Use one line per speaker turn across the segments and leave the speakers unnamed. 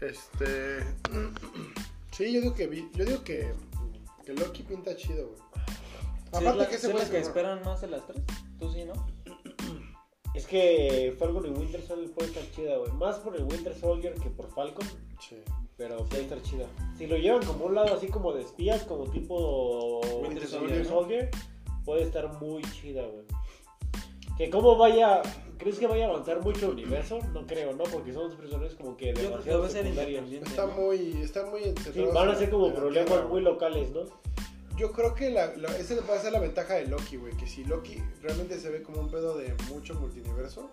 Este. Sí, yo digo que vi- yo digo que, que Loki pinta chido, güey.
¿Sí
Aparte
es la,
que
sí
ese
es la
güey
que
se mamó.
esperan más de las tres? ¿Tú sí, no?
Es que Falcon y Winter Soldier puede estar chida, güey. Más por el Winter Soldier que por Falcon,
Sí.
pero puede estar chida. Si lo llevan como un lado así como de espías, como tipo
Winter
Winter
Soldier,
Soldier,
¿no?
puede estar muy chida, güey. Que cómo vaya, ¿crees que vaya a avanzar mucho el universo? No creo, ¿no? Porque son dos personajes como que
Yo creo que va
demasiado
a ser
secundarios.
independiente.
Está
¿no?
muy, está muy
Sí,
encerrado
van a
en-
ser como
en la
problemas
tierra,
muy
güey.
locales, ¿no?
Yo creo que la, la- esa va a ser la ventaja de Loki, güey. Que si Loki realmente se ve como un pedo de mucho multiverso,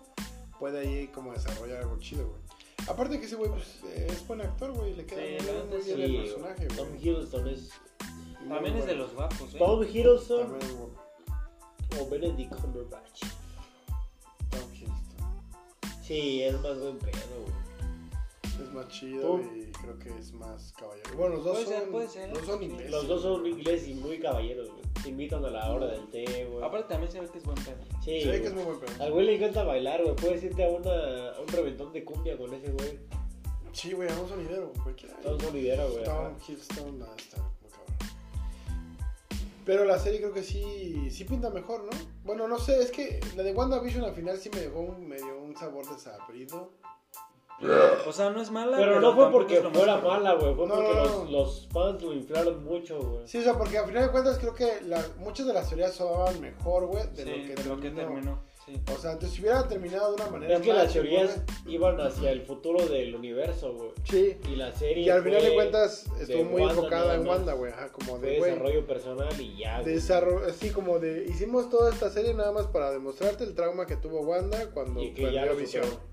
puede ahí como desarrollar algo chido, güey. Aparte que ese güey pues, eh, es buen actor, güey. Le queda
Sí,
muy
la
bien,
neta
muy
sí,
bien el
güey.
personaje,
Tom
güey.
Hiddleston es...
Muy
También es de
bueno.
los guapos, ¿eh?
Tom Hiddleston
También es guapo.
o Benedict Cumberbatch.
Tom Hiddleston.
Sí, es más buen pedo, güey.
Es más chido
Tom.
y creo que es más caballero. Bueno, los dos
Puede
son,
ser, puede ser.
Los dos son ingleses.
Los dos son
güey.
ingleses y muy caballeros, güey. Te invitan a la hora del té, güey.
Aparte también se ve que es buen pedo.
sí,
Se ve que
güey.
es muy buen pedo.
Al güey le encanta bailar, güey. Puedes irte a, una, a un reventón de cumbia con ese güey.
Sí, güey, a un sonidero, cualquiera.
Todo solidero, güey.
Tom
ajá.
Hiddleston, ah, está muy cabrón. Pero la serie creo que sí, sí pinta mejor, ¿no? Bueno, no sé, es que la de WandaVision al final sí me dejó un, medio un sabor desabrido.
O sea, no es mala.
Pero no fue
tampoco
porque
es lo más
fuera
cabrón.
mala, güey. Fue
No,
porque
no, no.
Los, los fans lo inflaron mucho, güey.
Sí, o sea, porque al final de cuentas creo que la- muchas de las teorías sonaban mejor, güey, de,
Sí,
lo que
de lo que terminó. Sí.
O sea, antes si hubiera terminado de una manera.
Es que
más
las teorías
chingona-
iban hacia el futuro del universo, güey.
Sí.
Y la serie.
Y al final
fue
de cuentas estuvo muy
Wanda
enfocada
nada
en
más.
Wanda, güey. Ajá, como
Fue
de, güey.
desarrollo personal y ya, güey.
Desarro- así como de hicimos toda esta serie nada más para demostrarte el trauma que tuvo Wanda cuando
Y que ya
perdió
lo
visión
superó.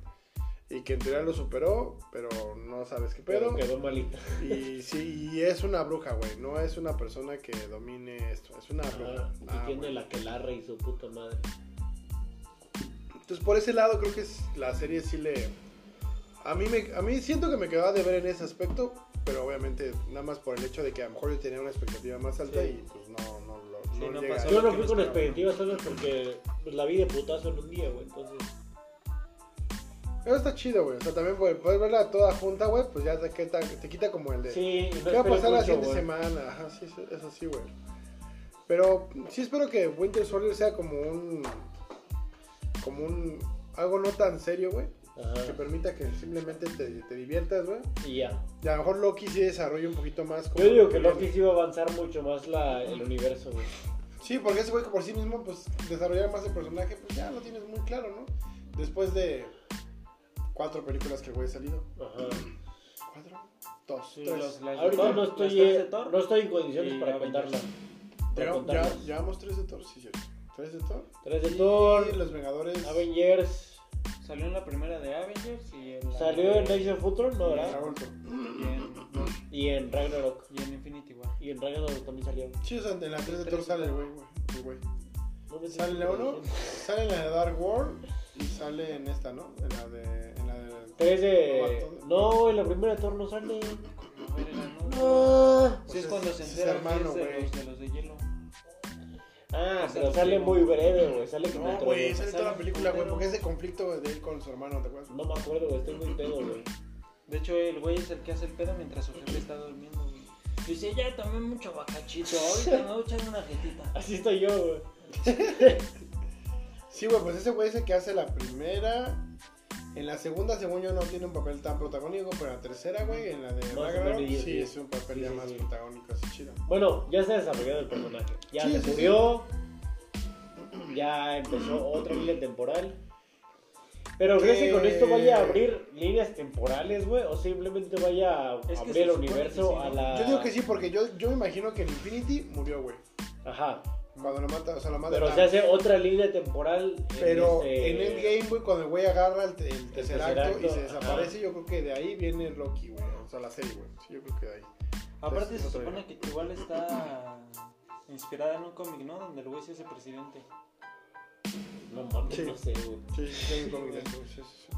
y que en teoría lo superó pero no sabes qué
Pero
pedo
quedó malita.
y sí y es una bruja güey no es una persona que domine esto es una bruja
Ajá.
Ah,
Y tiene
güey.
la que la y su puta madre.
entonces por ese lado creo que es- la serie sí le a mí me a mí siento que me quedaba de ver en ese aspecto pero obviamente nada más por el hecho de que a lo mejor yo tenía una expectativa más alta
Sí.
y pues no no lo-
Sí,
no
no
llega.
pasó.
Yo no
lo que
fui
me
con
esperaba.
expectativas solo porque pues, la vi de putazo en un día, güey. Entonces,
Pero está chido, güey. O sea, también güey, puedes verla toda junta, güey. Pues ya te quita, te quita como el de.
sí, no
¿Qué va a
esperé
pasar la
mucho,
siguiente
güey.
semana? Ajá, sí, sí, eso sí, güey. Pero sí espero que Winter Soldier sea como un. Como un. Algo no tan serio, güey. Que
Ajá.
permita que simplemente te, te diviertas, güey.
Y ya.
Y a lo mejor Loki sí desarrolla un poquito más. como-
Yo digo que Loki sí iba a avanzar mucho más la, el universo, güey.
Sí, porque ese güey que por sí mismo, pues desarrollar más el personaje, pues ya lo tienes muy claro, ¿no? Después de. Cuatro películas que el güey ha salido.
Ajá.
¿Cuatro? Dos,
Sí,
tres.
los- las de
Ahorita
Thor,
no
las
estoy,
tres
eh,
de Thor.
no estoy en condiciones
y
para
Avengers.
contarla. para
Llegamos, ya,
contarlas.
llevamos tres de Thor, sí, cierto. Tres de Thor.
Tres de
Y
Thor, Ah,
Los Vengadores.
Avengers.
Salió en la primera de Avengers y en la
Salió
de-
en Days of Future, no, ¿verdad?
Travolta.
y en, no,
Y en Ragnarok.
y en Infinity War.
Y en Ragnarok también salió.
Sí, o sea, en la tres de
Tres
Thor
de
sale el
Thor.
güey, güey. el güey.
No me
Sale la
siento
uno,
bien.
sale en la de Dark World y sale en esta, ¿no? En la de. En la de.
Tres
Novato.
de. No, en la primera de Thor no sale.
A ver, era, no.
No.
Sí,
Pues
es
es-
cuando se
es
entera
hermano,
que es de
güey.
los, de los de hielo.
Ah, pero sale muy breve, güey. Sale como
No,
entre-
güey, sale
sale
toda la
un
película, güey,
putero.
porque es de conflicto güey, de él con su hermano, ¿te acuerdas?
No me acuerdo, güey. Estoy muy pedo, güey.
De hecho, el güey es el que hace el pedo mientras su jefe está durmiendo. güey. Dice, ya tomé mucho bacachito, ahorita me voy a echar una jetita.
Así estoy yo, güey.
Sí, güey, pues ese güey es el que hace la primera. En la segunda, según yo, no tiene un papel tan protagónico, pero en la tercera, güey, en la de
Más o
Ragnarok,
menos,
sí
sí.
es un papel
Sí,
ya
sí,
más
sí.
protagónico, así chido.
Bueno, ya se desarrolló el personaje. Ya
Sí,
se
sí, sí.
murió. Ya empezó otra línea temporal. Pero
Que-
crees que con esto vaya a
Eh.
abrir líneas temporales, güey, o simplemente vaya a
Es que
abrir
se
el
supone que
universo
sí, ¿no?
a la.
Yo digo que sí, porque yo, yo me imagino que en Infinity murió, güey.
Ajá.
Cuando lo mata, o sea, lo mata.
Pero
Thanos.
se hace otra línea temporal.
Pero
este-
en Endgame, güey, cuando el güey agarra el, te- el tercer acto, y
Tesseracto,
se
ajá.
desaparece, yo creo que de ahí viene Loki, güey. O sea, la serie, güey. Sí, yo creo que de ahí.
Aparte,
Entonces,
se
no te
supone que igual está inspirada en un cómic, ¿no? Donde el güey se hace presidente.
No mames,
Sí.
no sé, güey.
Sí, sí, sí, hay un cómic de eso, sí, sí, sí.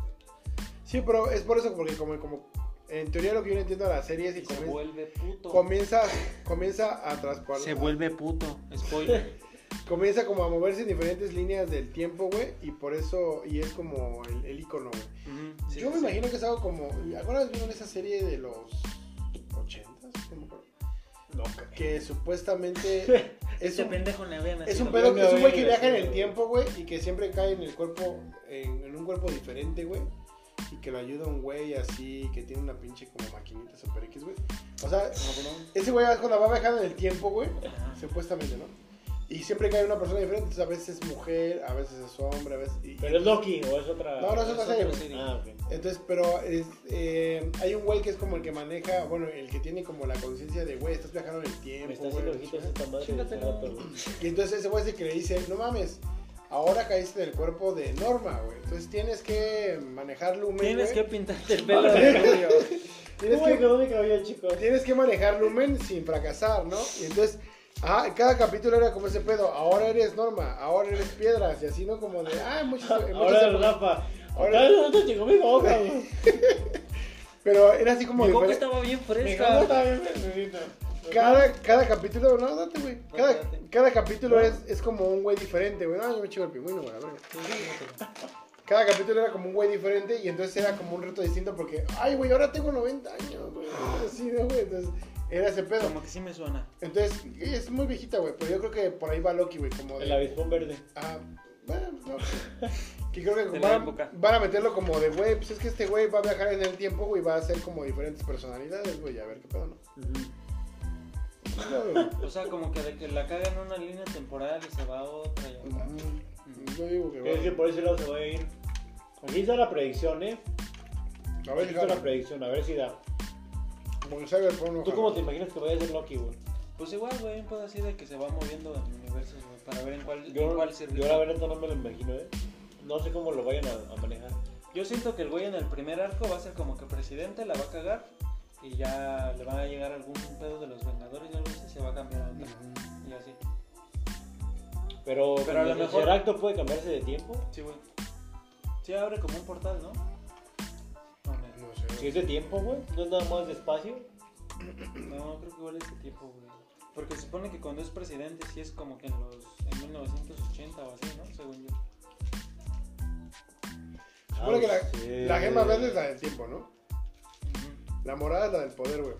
Sí, pero es por eso, porque como, como en teoría lo que yo no entiendo de la serie es que este-
Y se
comien-
vuelve puto.
comienza, comienza a transportar.
puto. Spoiler.
comienza como a moverse en diferentes líneas del tiempo, güey, y por eso, y es como el, el icono, güey.
Sí,
Yo me
sí.
imagino que es algo como, ¿alguna vez vieron esa serie de los 80s? No me acuerdo.
No,
Que supuestamente es
Este
un,
pendejo le había
es
nacido.
un pedo que es un güey que
Sí,
viaja en
sí,
el
sí.
tiempo, güey, y que siempre cae en el cuerpo, en, en un cuerpo diferente, güey. Y que lo ayuda un güey así, que tiene una pinche como maquinita super X, güey. O sea,
Cabrón.
ese güey va- cuando va viajando en el tiempo, güey,
Ajá.
supuestamente, ¿no? Y siempre cae una persona diferente, entonces a veces es mujer, a veces es hombre, a veces... y-
Pero es Loki o es otra.
No, no es
Es
otra
otra
serie, güey.
serie.
Ah, ok.
Entonces, pero es, eh, hay un güey que es como el que maneja, bueno, el que tiene como la conciencia de, güey, estás viajando en el tiempo.
Me está
güey,
haciendo ojitos esta madre. de
Chingatelo.
rato, güey.
Y entonces ese güey es el que le dice, no mames, ahora caíste en el cuerpo de Norma, güey. Entonces tienes que manejar Lumen.
Tienes que
güey.
pintarte el pelo de rubio.
Tienes
Uy,
que
quedó mi cabello, chicos.
tienes que manejar Lumen sin fracasar, ¿no? Y entonces, ah, cada capítulo era como ese pedo, ahora eres Norma, ahora eres Piedras, y así, ¿no? Como de, ah, en muchas, en muchas
Ahora el
épocas".
Rafa.
Ahora-
Ahora el llegó mi boca, güey.
Pero era así como...
Mi coca
diferente.
estaba bien
Mi boca
fresca.
está bien verdurita.
Cada, cada capítulo, no, date, güey.
No,
Cada,
date.
cada capítulo es, es como un güey diferente, güey. No, yo me chivo el pingüino, güey, la verga. Cada capítulo era como un güey diferente y entonces era como un reto distinto porque, ay, güey, ahora tengo 90 años, güey. Así, ¿no, güey? Entonces, era ese pedo.
Como que sí me suena.
Entonces, es muy viejita, güey, pero yo creo que por ahí va Loki, güey, como
El
de.
avispón verde.
Ah, bueno, no. Que creo que
De la
van,
época.
van a meterlo como de, güey, pues es que este güey va a viajar en el tiempo, güey, va a ser como diferentes personalidades, güey, a ver qué pedo, ¿no? No, güey.
O sea, como que de que la cagan en una línea temporal y se va a otra. y a otra.
Yo digo que
Es que
bueno.
por ese lado se va a ir. Aquí está la predicción, eh.
A
Aquí
ver,
está la
jala.
predicción, a ver si da.
Porque Cyberpunk no
¿Tú
jala.
cómo te imaginas que vaya a ser Loki, güey?
Pues igual, güey, un pedo así de que se va moviendo en universos, güey, para ver en cuál, en
Yo,
cuál se
yo la verdad no me lo imagino, eh. No sé cómo lo vayan a, a manejar.
Yo siento que el güey en el primer arco va a ser como que presidente, la va a cagar y ya le va a llegar algún pedo de los Vengadores y algo así, se va a cambiar a
Mm,
otro.
Ujú.
Y así.
Pero,
Pero a lo
¿el
mejor-
Tesseract puede cambiarse de tiempo?
Sí, güey. Sí, abre como un portal, ¿no? No, me-
No sé.
Si es de tiempo, güey, no es nada más de espacio.
no, creo que igual es de tiempo, güey. Porque se supone que cuando es presidente sí es como que en los en 1980 o así, ¿no? Según yo.
Supone que la,
Ah, sí.
la gema verde es la del tiempo, ¿no?
Ujú.
La morada es la del poder, güey.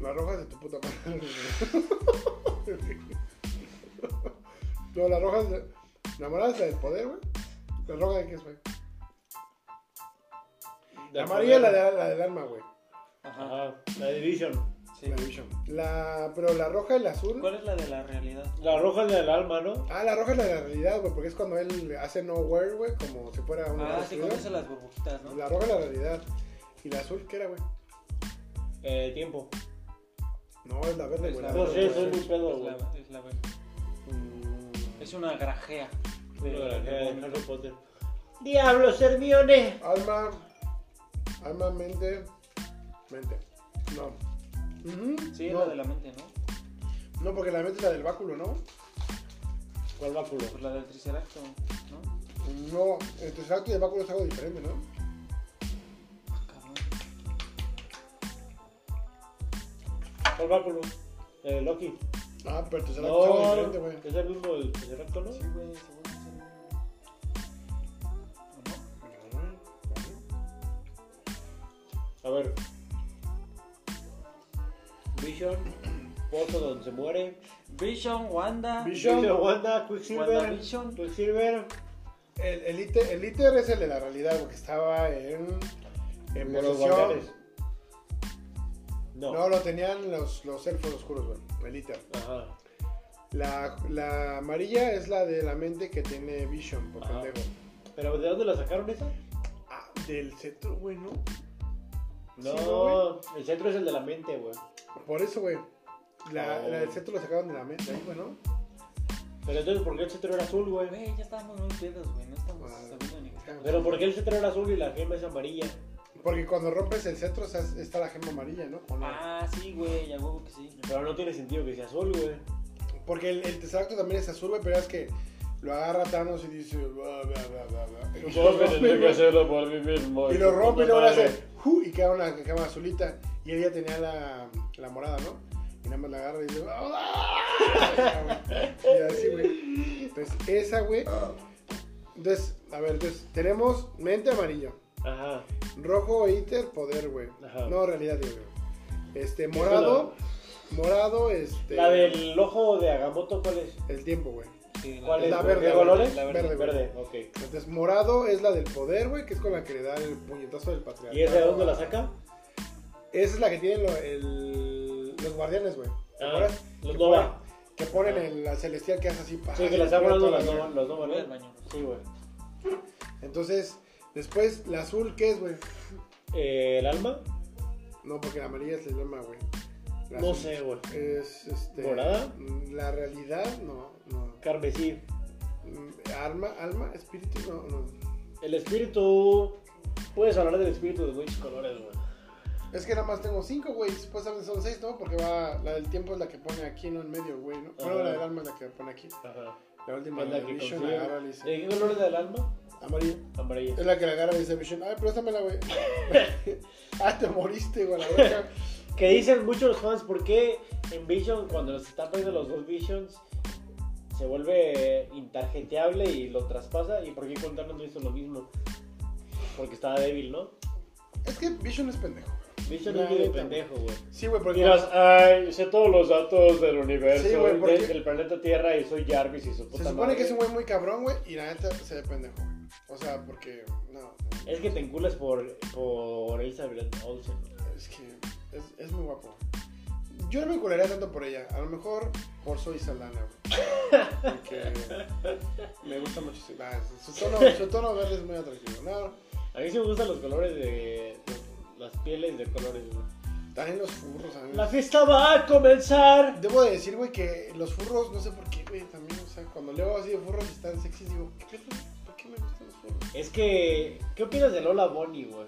La roja es de tu puta madre. güey. no, la roja es de... La morada es la del poder, güey. La roja de qué es, güey. La amarilla es la, de, la del alma, güey.
Ajá.
Ajá, la Division.
Sí.
La Vision. La... Pero la roja y la azul...
¿Cuál es la de la realidad?
La roja es la del alma, ¿no?
Ah, la roja es la de la realidad, güey, porque es cuando él hace nowhere, güey, como si fuera una...
Ah, sí,
basura.
conoce las burbujitas, ¿no?
La roja es la realidad. ¿Y la azul qué era, güey?
Eh, tiempo.
No, es la verde,
Es
güey.
la
la
No
verde,
sé,
güey.
soy muy pedo,
Es
güey.
la, es la verde. Es una grajea.
Sí,
de-
la de
de-
Harry Potter. ¡Diablos, Hermione!
Alma. Alma, mente. Mente. No. Ujú,
Sí, es
no.
la de la mente, ¿no?
No, porque la mente es la del báculo, ¿no?
¿Cuál báculo?
Pues la del triceracto, ¿no?
No, el tesacto y el báculo es algo diferente, ¿no?
Ah, Cabrón.
¿Cuál báculo? Eh, Loki.
Ah, pero el tesacto es algo
No,
diferente, güey.
es el mismo del Tesseract, ¿no?
Sí, güey, según sí. ¿O
A ver. Vision, Pozo donde se muere.
no? Vision, Wanda.
Vision.
Wanda, Quicksilver.
WandaVision.
Quicksilver.
El, el, ITER, el ITER es el de la realidad, porque estaba en. En
Los
posesión.
guardianes.
No, lo tenían los, los elfos oscuros, güey. El ITER.
Ajá.
La, la amarilla es la de la mente que tiene Vision, por
Ajá.
pendejo.
¿Pero de dónde la sacaron esa?
Ah, del centro, güey, ¿no?
No,
no,
el centro es el de la mente, güey.
Por eso, güey. La,
Oh.
la del centro lo sacaron de la mente, ahí, güey, ¿no?
Pero entonces, ¿por qué el centro era azul, güey?
Güey, ya estamos muy pedos, güey. No estamos
Ah.
sabiendo ni qué estamos.
Pero ¿por qué el centro era azul y la gema es amarilla?
Porque cuando rompes el centro estás- está la gema amarilla, ¿no? ¿O no?
Ah, sí, güey, ya huevo que sí.
Pero no tiene sentido que sea azul, güey.
Porque el, el tesseracto también es azul, güey, pero es que lo agarra Thanos y dice. "Bla, bla, bla, bla, bla", Y lo rompe, güey,
hacerlo por mí mismo.
y lo rompe y luego le hace. "Ju", Y queda una gema azulita. Y él ya tenía la, la morada, ¿no? Y nada más la agarra y dice, ¡Ah! Y así, güey. Entonces, esa, güey. Entonces, a ver, entonces, tenemos mente amarilla.
Ajá.
Rojo, Inter, poder, güey.
Ajá.
No, realidad, güey. Este, morado. Morado, este.
La del ojo de Agamotto, ¿cuál es?
El tiempo, güey.
Sí, la-
¿Cuál es?
La
güey?
verde,
¿De colores?
la verde.
Verde, güey.
Verde, ok.
Entonces, morado es la del poder, güey, que es con la que le da el puñetazo del patriarca.
¿Y esa de dónde la saca?
Esa es la que tienen lo- el- los guardianes, güey. ¿Te
Ah,
acuerdas?
los
que
Nova. Ah.
ponen- Que ponen el, la celestial que hace así. pa,
Sí, que
y
la está
pone
volando
toda
las
la-
Nova, los Nova,
Voy al
¿no?
baño.
Sí, güey.
Entonces, después, la azul, ¿qué es, güey?
Eh, ¿El alma?
No, porque la amarilla es el alma, güey. La
No
azul
sé, güey.
Es, este...
¿Morada?
mm, La realidad, no, no.
Carmesí.
Mm, Arma, alma, espíritu, no, no.
El espíritu. Puedes hablar del espíritu de muchos colores, güey.
Es que nada más tengo cinco, güey. Supuestamente son seis, ¿no? Porque va... La del tiempo es la que pone aquí, no en medio, güey, ¿no? Bueno,
Ajá.
la del alma es la que pone aquí.
Ajá.
La última,
Es la
de
que
Vision,
consigue.
agarra y le dice,
¿De qué color es la del alma?
Amarilla.
Amarilla.
Es la que le agarra y dice Vision, ay, préstamela, güey. ah, te moriste, güey, a la verga.
Que dicen muchos los fans, ¿por qué en Vision, cuando se están poniendo los dos Visions, se vuelve intarjeteable y lo traspasa? ¿Y por qué con Thanos no hizo lo mismo? Porque estaba débil, ¿no?
Es que Vision es pendejo.
Vision
La
es medio
neta,
pendejo, güey.
Sí, güey, porque...
Miras, ay, sé todos los datos del universo,
Sí, güey,
de-
porque-
del planeta Tierra y soy Jarvis y su puta
Se supone
madre".
que es un güey muy cabrón, güey, y la neta se ve pendejo, güey. O sea, porque, no.
Es que te enculas por, por Elizabeth Olsen.
Es que es, es muy guapo. Yo no me curaría tanto por ella. A lo mejor por Soy Saldana, güey. Porque me gusta mucho. su- nah, su, tono, su tono verde es muy atractivo. No,
A mí sí me gustan los colores de... Las pieles de colores, güey.
también los furros, a mí.
La fiesta va a comenzar.
Debo de decir, güey, que los furros, no sé por qué, güey, también, o sea, cuando leo así de furros y están sexys, digo, ¿qué pedo? ¿Por qué me gustan los furros?
Es que, ¿qué opinas de Lola Bonnie, güey?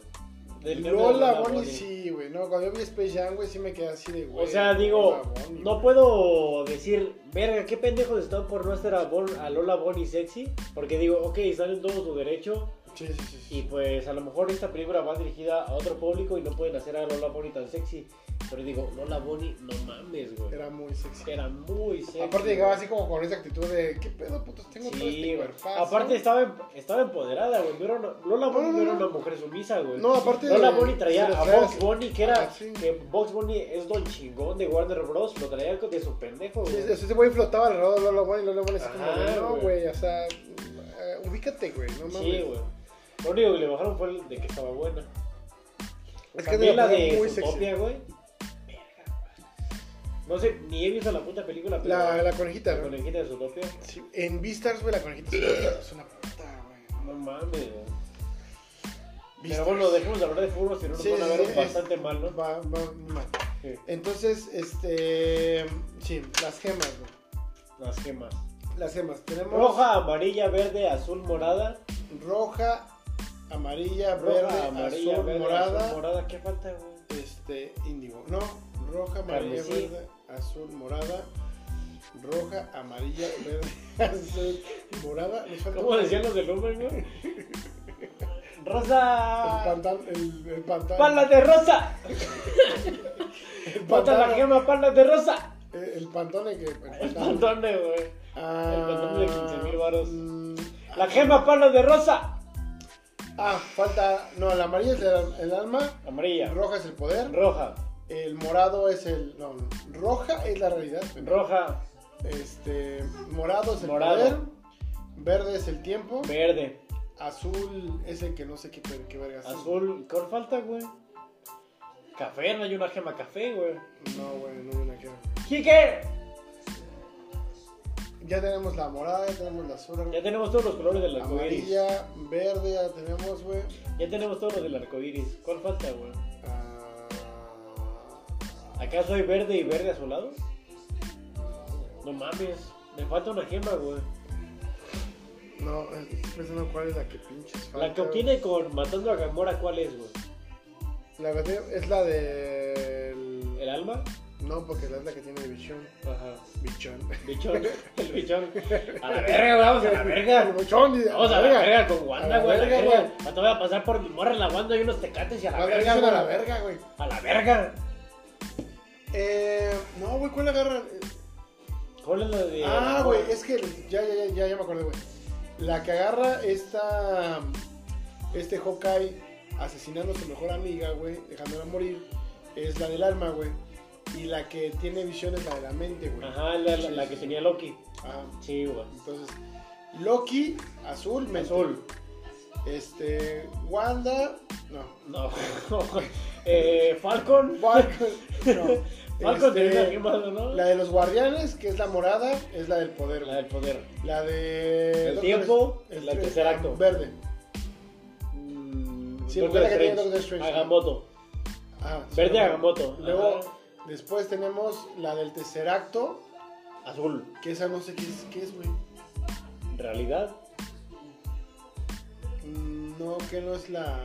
Del meme de
Lola Bonnie, sí, güey, no, cuando yo vi Space Jam, güey, sí me quedé así de, güey.
O sea, digo,
Lola Bunny,
no
güey.
puedo decir, verga, qué pendejos están por no hacer a, Bon- a Lola Bonnie sexy. Porque digo, ok, están en todo su derecho.
Sí, sí, sí. sí.
Y pues a lo mejor esta película va dirigida a otro público y no pueden hacer a Lola Bonnie tan sexy. Pero digo, Lola Bonnie, no mames, güey. Era,
Era muy sexy.
muy sexy.
Aparte llegaba
güey.
así como con esa actitud de, ¿qué pedo, putos? Tengo todo
Sí,
este
güey.
cuerpazo.
aparte estaba, em- estaba empoderada, güey. No era una- Lola Bonnie
no,
no, era
no.
una mujer sumisa, güey.
No, aparte...
Lola
de-
Bonnie traía
se los
a
trae
Box
así.
Bunny, que era.
Ah, sí.
Que Box Bunny es don chingón de Warner Bros. Lo traía de su pendejo,
Sí,
güey.
ese ese güey flotaba alrededor de Lola Bonnie y Lola Bonnie así como,
Ajá,
de, no,
güey.
güey, o sea, eh, ubícate, güey, no mames.
Sí, güey. Lo único que le bajaron fue el de que estaba buena.
Es que
También la de
muy sexy.
Zootopia, güey. Verga, güey. No sé, ni he visto la puta película, pero.
La, la conejita,
la
¿no?
conejita de Zootopia.
Sí, en Beastars, güey, la conejita es una puta, güey.
No mames, güey. Pero
Beastars.
bueno, dejemos de hablar de fútbol, si no nos
Sí,
van a
sí,
ver
sí,
bastante mal, ¿no?
Va, va, mal.
Sí.
Entonces, este. Sí, las gemas, güey.
Las gemas.
Las gemas. Tenemos
Roja, amarilla, verde, azul, morada.
roja, amarilla,
Roja,
verde,
amarilla,
azul,
verde,
morada,
azul, morada. ¿Qué falta, güey?
este, índigo. No, roja, amarilla,
Carmesí.
verde, azul, morada. Roja, amarilla, verde, azul, morada. Nos falta
¿Cómo
un-
decían los del Uber, güey? ¡Rosa!
El pantán, el, el pantán.
¡Palas de rosa!
el
¡Bota la
pantano,
gema, palas de rosa!
el, Eh, el pantón en que. El
El
pantano.
pantone, güey.
Ah,
el pantón de 15,000 varos.
mm,
¡La gema, palas de rosa!
Ah, falta. No, la amarilla es el, el alma.
Amarilla.
Roja es el poder.
Roja.
El morado es el. No, no. roja es la realidad.
Roja.
Este. Morado es el
Morado.
poder. Verde es el tiempo.
Verde.
Azul es el que no sé qué, per- qué verga es.
Azul. ¿Cuál falta, güey? Café, no hay una gema café, güey.
No, güey, no viene aquí.
¡Jique!
Ya tenemos la morada, ya tenemos la azul.
Ya tenemos todos los colores del arco iris.
amarilla, verde, ya tenemos, güey.
Ya tenemos todos los del arco iris. ¿Cuál falta, güey?
Ah,
¿Acaso hay verde y verde azulado? No mames. Me falta una gema, güey.
no, eh, estoy pensando cuál es la que pinches falta.
La que
güey.
obtiene con Matando a Gamora, ¿cuál es, güey?
La que tiene- es la del.
¿El alma?
No, porque es la que tiene bichón.
Ajá.
Bichón.
Bichón. El bichón. A la verga, güey. Vamos a la
El
verga.
bichón. y-
Vamos a la verga con
A
Wanda,
la
güey. A la
verga,
verga. Hasta voy a pasar por mi morra en la Wanda y unos tecates y a la
Manda
verga,
bichón
güey.
a la verga, güey.
A la verga.
Eh, no, güey, ¿cuál agarran? Eh,
¿Cuál es la de.?
Ah, güey, es que ya, ya, ya, ya, ya me acordé, güey. La que agarra esta. Este Hawkeye asesinando a su mejor amiga, güey, dejándola morir, es la del alma, güey. Y la que tiene visión es la de la mente, güey. Ah.
Ajá, la, la- la que tenía Loki.
Ajá.
Sí, güey.
Entonces, Loki, azul, mente.
Azul.
Este, Wanda, no.
No. eh, Falcon.
Falcon, no.
Falcon
Este,
tenía que malo, ¿no?
la de los guardianes, que es la morada, es la del poder.
La del poder.
La de.
El tiempo,
el
la
tres-
tercer acto.
Verde.
Mm,
Sí,
Doctor
la que tenía
Strange.
Doctor Strange.
Agamotto.
Ajá, Ah, sí,
Verde
luego-
Agamotto.
Luego,
Ajá.
después tenemos la del tercer acto,
Azul.
que esa no sé qué es, qué es, güey.
Realidad.
Mm, No, que no es la.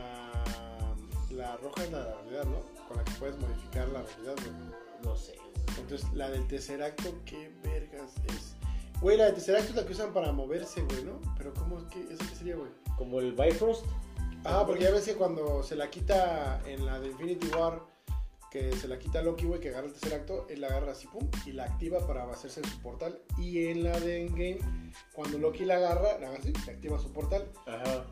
La roja es la de la realidad, ¿no? Con la que puedes modificar la realidad, güey.
No sé.
Entonces, la del tercer acto, qué vergas es. Güey, la del tercer acto es la que usan para moverse, güey, ¿no? Pero, ¿cómo? ¿Qué, ¿Eso qué sería, güey?
Como el Bifrost.
Ah, porque ya ves que cuando se la quita en la de Infinity War, que se la quita Loki, güey, que agarra el tercer acto, él la agarra así, pum, y la activa para hacerse su portal. Y en la de Endgame, cuando Loki la agarra, la agarra así, le activa su portal.
Ajá.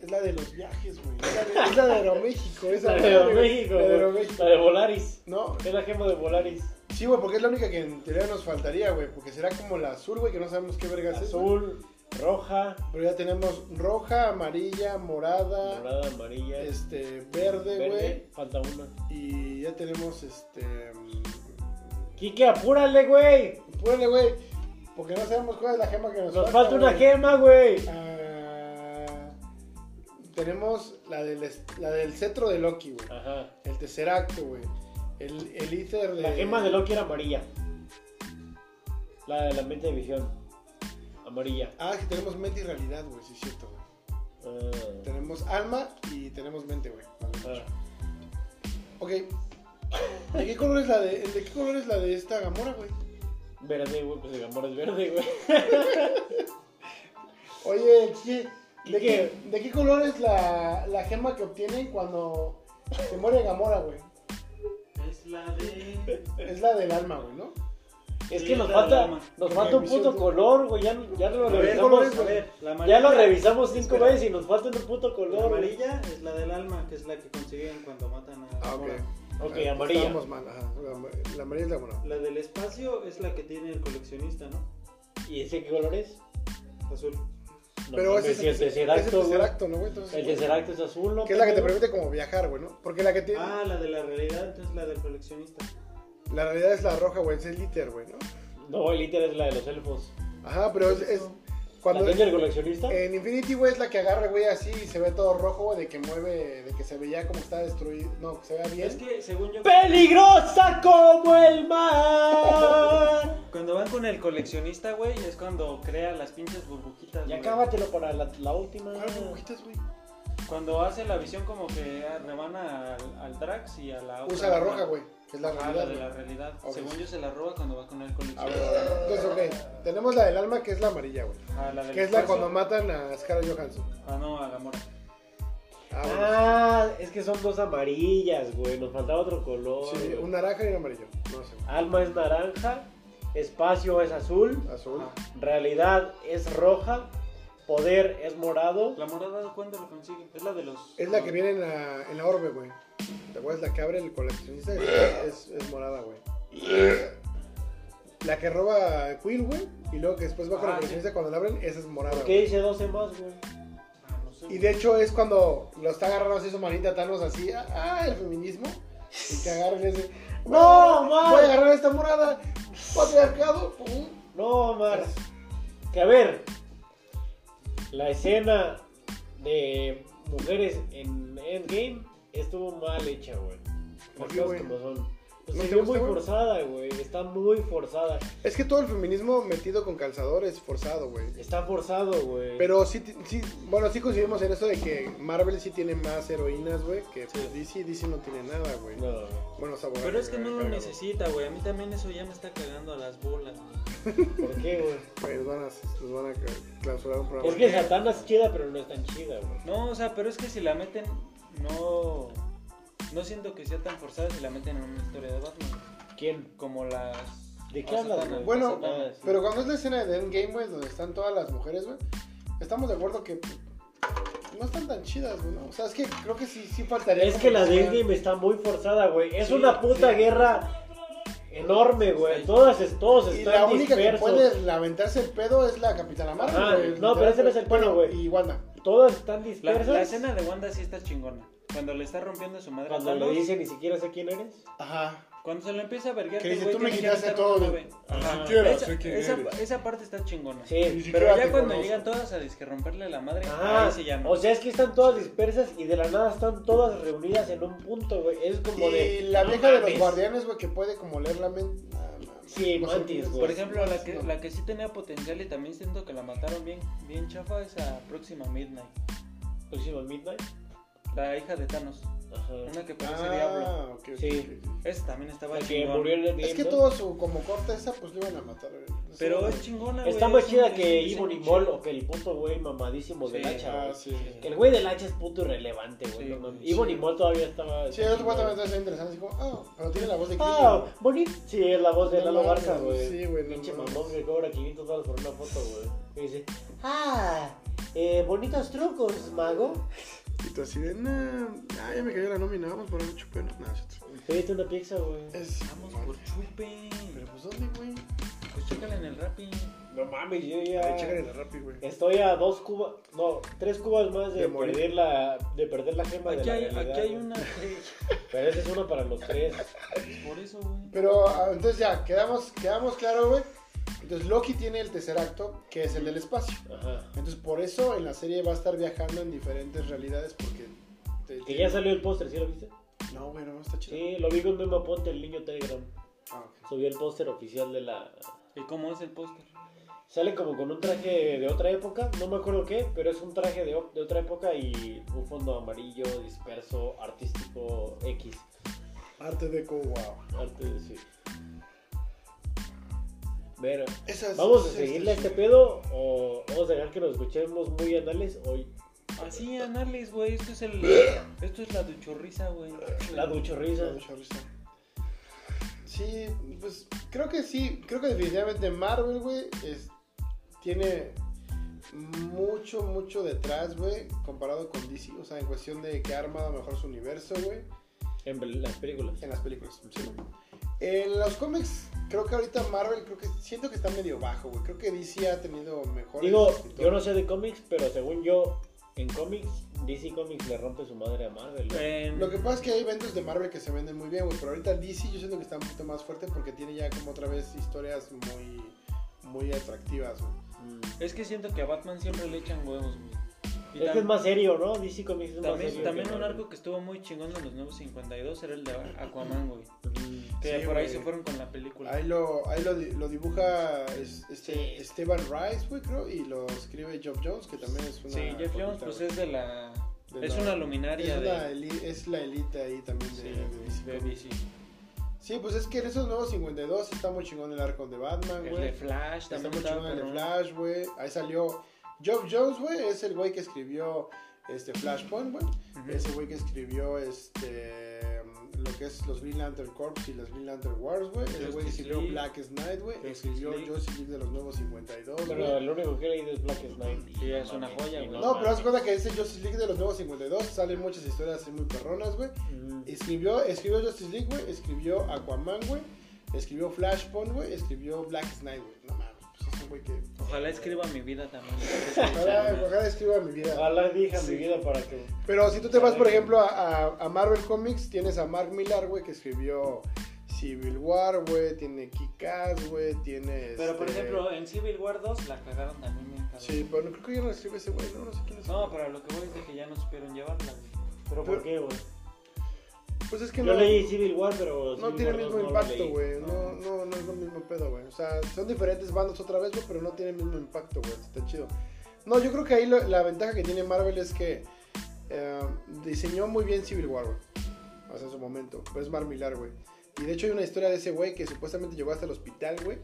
Es la de los viajes, güey. Es la de, es la de Aeroméxico. Es
La de
madre, güey.
Aeroméxico,
La de
güey.
Aeroméxico.
La de Volaris.
No,
Es la gema de Volaris.
sí, güey, porque es la única que en teoría nos faltaría, güey. Porque será como la azul, güey, que no sabemos qué vergas es. güey.
Azul, roja,
Pero ya tenemos roja, amarilla, morada,
morada, amarilla.
Ah. este, verde, güey.
Verde, falta una.
Y ya tenemos este. mm,
Quique, apúrale, güey.
Ponle, güey. Porque no sabemos cuál es la gema que nos,
Nos falta una
güey.
gema, güey.
Ah, tenemos la del, est- la del cetro de Loki, güey.
Ajá.
El tercer acto, güey. El, el íter de.
La gema de Loki era amarilla. La de la mente de visión. Amarilla.
Ah, que tenemos mente y realidad, güey. Sí, es cierto, güey.
Ah,
Tenemos alma y tenemos mente, güey. Vale.
ah.
Ok. ¿De qué color es la de, de qué color es la de esta Gamora, güey?
Verde, güey, pues el amor es verde, güey.
Oye, ¿qué- ¿de, qué,
¿Qué?
¿de qué color es la, la gema que obtienen cuando se muere Gamora, güey?
Es la de.
Es la del alma, güey, ¿no?
Es
Sí,
que nos
la
falta,
alarma.
nos falta un puto color, güey. Ya, ya lo
A ver,
revisamos.
a ver, la amarilla-
Ya lo revisamos cinco
Espera.
veces y nos falta un puto
La
color. güey.
amarilla es la del alma, que es la que consiguen cuando matan a. Gamora.
Ah, Ok, amarilla.
Ah, Estábamos mal, ajá. La, am- la amarilla es la Gamora.
La del espacio es la que tiene el coleccionista, ¿no?
¿Y ese qué color es?
Azul.
No,
Pero
mames,
ese es
si el tercer
ese es el
acto,
tercer
güey.
acto, ¿no, güey? Entonces,
El tercer acto es azul, ¿no?
Que es la que te
pendejo?
permite como viajar, güey, ¿no? Porque la que tiene...
Ah, la de la realidad, entonces la del coleccionista.
La realidad es la roja, güey. Es el liter, güey, ¿no?
No, el ítem es la de los elfos.
Ajá, pero es... es- cuando... Eh.
¿La gente del coleccionista?
En Infinity, güey, es la que agarra, güey, así y se ve todo rojo, güey, de que mueve, de que se veía como que estaba destruido. No, que se vea bien.
Es que, según yo,
¡Peligrosa como el mar!
cuando van con el coleccionista, güey, es cuando crea las pinches burbujitas.
Ya
güey.
cábatelo para la, la última.
Ah, burbujitas, güey.
Cuando hace la visión, como que rebana al, al Drax y a la.
Usa la roja, güey. que Es la
Ah, la
realidad.
de la
güey.
realidad.
Ok.
Según yo, se la roba cuando va con
A
el
ver,
coleccionista.
entonces, ok. Tenemos la del alma, que es la amarilla, güey.
Ah, la del
Que es la
espacio.
cuando matan a Scarlett Johansson.
Ah, no, a la mora.
Ah, bueno.
Ah, es que son dos amarillas, güey. Nos faltaba otro color.
Sí,
güey.
un naranja y un amarillo. No sé.
Alma es naranja. Espacio es azul.
Azul.
Ah.
Realidad es roja. Poder es morado.
La morada, ¿cuándo lo consigue? Es la de los. Ah,
Es la que viene en la, en la orbe, güey. ¿Te acuerdas? La que abre el coleccionista es, es- es morada, güey. La que roba a Quill, güey. Y luego que después va con
Ah,
el coleccionista cuando la abren, esa es morada,
¿Por
güey.
qué dice 12 más, güey?
Ah, no sé.
Y de hecho es cuando lo está agarrando así su manita Thanos así, ah, ah, el feminismo. Y que agarra y dice,
¡No,
voy a-
man!
Voy a agarrar esta morada, patriarcado. pum".
No, Omar. Que a ver, la escena de mujeres en Endgame estuvo mal hecha, güey. Por
¿Por qué,
cosas
güey?
como son. Pues
¿No
se
te
vio
gusta,
muy
güey?
forzada, güey. Está muy forzada.
Es que todo el feminismo metido con calzador es forzado, güey.
Está forzado, güey.
Pero sí, ti- sí, bueno, sí coincidimos en eso de que Marvel sí tiene más heroínas, güey, que
Sí.
DC, DC no tiene nada, güey.
No, güey.
Bueno, o sea, bueno,
Pero es que
bueno,
no lo
bueno,
necesita, güey. A mí también eso ya me está cagando a las bolas, güey.
¿por qué, güey?
güey, nos van a, nos van a clausurar un programa.
Es que Satana es chida, pero no es tan chida, güey.
No, o sea, pero es que si la meten, no. No siento que sea tan forzada si la meten en una historia de Batman.
¿Quién?
Como las.
¿De qué hablas,
Satana,
güey?
Bueno,
Satana.
Pero cuando es la escena de Endgame, güey, donde están todas las mujeres, güey, estamos de acuerdo que no están tan chidas, güey, ¿no? O sea, es que creo que sí, sí faltaría.
Es
como
que la de
fueran-
Endgame está muy forzada, güey. Es
Sí,
una puta
sí.
guerra enorme, güey.
Sí.
Todas, es- todos
Y la
están
única que
dispersos.
puede lamentarse el pedo es la Capitana Marvel.
Ajá,
güey,
no, pero ese no es el
Bueno,
pedo, güey.
Y Wanda.
Todas están
La,
dispersas.
la escena de Wanda sí está chingona. Cuando le está rompiendo su madre a
Cuando le
Thanos,
dice ni siquiera sé quién eres.
Ajá.
Cuando se lo empieza a verguear,
Que
el
dice,
güey
"Tú me
tiene que
quitaste
quitar
todo".
una vez.
Ajá.
Ni siquiera
Esa,
sé quién
esa-
eres.
esa parte está chingona.
Ni
Sí.
siquiera
Pero ya
te
cuando
conozco.
llegan todas a disque romperle la madre,
Ajá.
ahí se llama.
O sea, es que están todas dispersas y de la nada están todas reunidas en un punto, güey. Es como de.
Y la
no
vieja de los
mames.
guardianes, güey, que puede como leer la mente. Ah, no,
Sí,
no sé,
mantis, güey.
Por ejemplo, la que,
Pues, no.
la que sí tenía potencial y también siento que la mataron bien, bien chafa es a Próxima Midnight,
Próximo Midnight.
la hija de Thanos,
Ajá.
una que parece diablo.
Ah, ok, ok,
Sí.
ok.
Esa también estaba
La que
chingona.
murió en el
Es que
viento.
todo su como corta esa, pues lo iban a matar. güey. No sé,
Pero
güey.
es chingona, Ah, güey.
Está más
es
chida
un-
que
es un
Ivo
diseño
Mol
chido.
o que el puto güey mamadísimo del
Sí.
hacha,
Ah,
güey.
sí. sí.
El güey del hacha es puto irrelevante, güey.
Sí,
no
güey,
mames. Ivo
sí.
Mol todavía estaba.
Sí, el otro güey también está interesante. Así como, ah, pero tiene la voz de
Ah,
Cristo.
bonito. Sí, es la voz de
No
Lalo
mames,
Barca, güey.
sí, güey, no
Pinche
mames.
mamón que cobra 500 dólares por una foto, güey. Y dice, ah, eh, bonitos trucos, mago.
Y tú así de, nah, ah, ya me cayó la nómina, vamos por un chupé. No, es otro.
Pediste una pizza, güey.
Es.
Vamos por chupe.
Pero pues, ¿dónde, güey?
Pues chécala en el Rappi.
No mames, yo
A
ya.
ver, chécale la Rappi, güey.
Estoy a dos cubas, no, tres cubas más de,
De morir.
perder la, de perder la gema de
Aquí
la
hay,
realidad,
aquí hay
güey.
una que-
Pero esa es una para los tres.
Por eso, güey.
Pero ah, entonces ya, quedamos, quedamos claro, güey. Entonces Loki tiene el tercer acto, que es el del espacio.
Ajá.
Entonces por eso en la serie va a estar viajando en diferentes realidades porque... te-
Que ya salió el póster, ¿sí lo viste?
No, güey, no, está chido.
Sí, lo vi con Memo Ponte, el niño Telegram.
Ah, ok.
Subió el póster oficial de la.
¿Y cómo es el póster?
Sale como con un traje de otra época, no me acuerdo qué, pero es un traje de, o- de otra época y un fondo amarillo, disperso, artístico, X.
Arte de wow.
Arte de sí. Pero,
Eso es-
¿vamos a
eso es-
seguirle a este pedo o vamos a dejar que nos escuchemos muy anales o
Así, anales, güey. Esto es el. Esto es la duchorrisa, güey.
la duchorrisa?
Mucha risa. Sí, pues creo que sí, creo que definitivamente Marvel, güey, es- tiene mucho, mucho detrás, güey, comparado con DC, o sea, en cuestión de que ha armado mejor su universo, güey.
En pel- las películas.
En las películas, sí. En los cómics, creo que ahorita Marvel, creo que siento que está medio bajo, güey. Creo que DC ha tenido mejores.
Digo,
escritores.
yo no sé de cómics, pero según yo, en cómics, DC Comics le rompe su madre a Marvel. ¿no?
En-
Lo que pasa es que hay eventos de Marvel que se venden muy bien, güey. Pero ahorita DC yo siento que está un poquito más fuerte porque tiene ya como otra vez historias muy, muy atractivas, güey.
Mm.
Es que siento que a Batman siempre le echan huevos, güey. Y
Es que
tam-
es más serio, ¿no? DC Comics es más
También,
serio.
también
que
un
Marvel.
arco que estuvo muy chingón de los nuevos 52 era el de Aquaman, güey.
Mm.
Que
Sí,
por ahí
güey.
se fueron con la película.
Ahí lo, ahí lo, di- lo dibuja es- este,
Sí.
Esteban Rice, güey, creo. Y lo escribe Jeff Jones, que también es una.
sí, Jeff Jones,
joyita,
pues
güey.
es de la.
De
es
la-
una
Es,
luminaria
una
de.
eli- es la elite ahí también de,
sí,
de DC.
de DC.
Sí, pues es que en esos nuevos 52 está muy chingón el arco de Batman,
El
güey.
de Flash
Está
también
muy
estaba
chingón el de
perrón.
Flash, güey. Ahí salió. Job Jones, güey, es el güey que escribió este Flashpoint, güey.
Ujú.
Ese güey que escribió este mm, lo que es los Green Lantern Corps y los Green Lantern Wars, güey. El güey que
Justice
escribió
League.
Black Knight, güey.
Justice
Escribió
League.
Justice League de los nuevos 52,
Pero
güey.
el único que he leído es Black Knight.
Sí, es una joya, güey.
No, pero haz cuenta que ese Justice League de los nuevos 52 salen muchas historias así muy perronas, güey. Escribió, escribió Justice League, güey. Escribió Aquaman, güey. Escribió Flashpoint, güey. Escribió Black Knight, güey. No mames, pues es un güey que.
Ojalá escriba mi vida también.
Ojalá, ojalá escriba mi vida.
Ojalá dije
Sí.
mi vida para que.
Pero si tú te vas, por ejemplo, a, a- a Marvel Comics, tienes a Mark Millar, güey, que escribió Civil War, güey, tiene Kick-Ass, güey, tiene...
Pero por
este,
ejemplo, en Civil War 2 la cagaron también bien cabrón.
Sí, pero no, creo que ya no escribe ese güey, no, no sé quién es.
No, pero lo que voy es de que ya no supieron llevarla, güey.
Pero
Pero-
por qué, güey.
Pues es que
Yo
no,
leí Civil War, pero.
no
Civil
tiene el
War
mismo
no lo
impacto,
leí.
güey, no,
No.
no, no es lo mismo pedo, güey. O sea, son diferentes bandos otra vez, güey, pero no tiene el mismo impacto, güey, está chido. No, yo creo que ahí lo- la ventaja que tiene Marvel es que eh, diseñó muy bien Civil War, güey. O sea, en su momento. Pues Mark Millar, güey. Y de hecho hay una historia de ese güey que supuestamente llegó hasta el hospital, güey.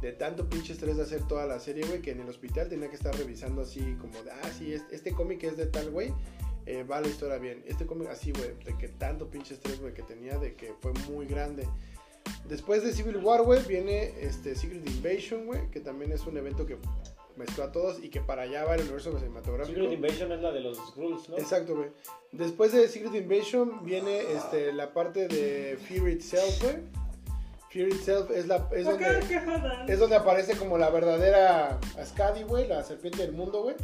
De tanto pinche estrés de hacer toda la serie, güey, que en el hospital tenía que estar revisando así como, de, ah, sí, es- este cómic es de tal, güey. eh, va la historia bien. Este cómic así, güey, de que tanto pinche estrés, güey, que tenía, de que fue muy grande. Después de Civil War, güey, viene este Secret Invasion, güey, que también es un evento que mezcló a todos y que para allá va el universo cinematográfico.
Secret Invasion es la de los Skrulls, ¿no?
Exacto, güey. Después de Secret Invasion viene este, la parte de Fear Itself, güey. Fear Itself es, la, es, donde, es donde aparece como la verdadera Ascadi, güey, la serpiente del mundo, güey.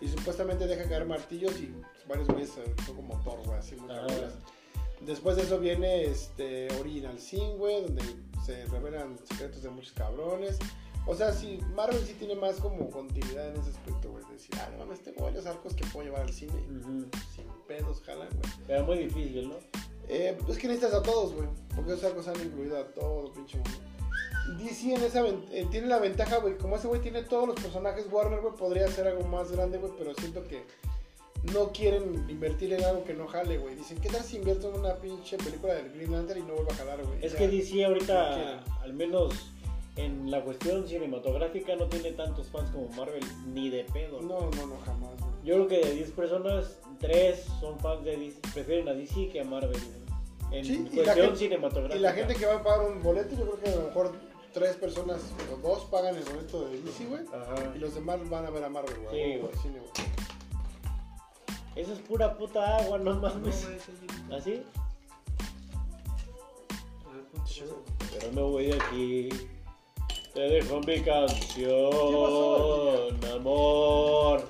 Y supuestamente deja caer martillos y varios güeyes eh, son como Thor, güey, así, muy
Ah.
cabrones. Después de eso viene este, Original Sin, güey, donde se revelan secretos de muchos cabrones. O sea, sí, Marvel sí tiene más como continuidad en ese aspecto, güey. de Decir, ah, no mames, tengo varios arcos que puedo llevar al cine. y
Ujú.
Sin pedos, jalan, güey.
Pero muy difícil, ¿no?
Eh, pues que necesitas a todos, güey. Porque esos arcos han incluido a todo, pinche mundo. DC en esa ven- eh, tiene la ventaja, güey. Como ese güey tiene todos los personajes Warner, güey, podría hacer algo más grande, güey. Pero siento que no quieren invertir en algo que no jale, güey. Dicen, ¿qué tal si invierto en una pinche película del Green Lantern y no vuelva a jalar, güey?
Es
Ya.
que DC
no quieren.
ahorita, al menos en la cuestión cinematográfica, no tiene tantos fans como Marvel, ni de pedo.
No, no, no, jamás, güey.
Yo creo que de 10 personas, 3 son fans de DC, prefieren a DC que a Marvel. güey. En
Sí, y la
cuestión
gente-
cinematográfica.
Y la gente que va a pagar un boleto, yo creo que a lo mejor tres personas o dos pagan el boleto de DC, güey.
Ajá.
Y los demás van a ver a Marvel, güey.
Sí,
al
güey.
cine, güey.
Eso es pura puta agua, no mames. ¿Ah,
A
¿Así?
ver, ponte eso.
Pero me voy de aquí. Te dejo mi
pasó,
canción, amor.
A ver,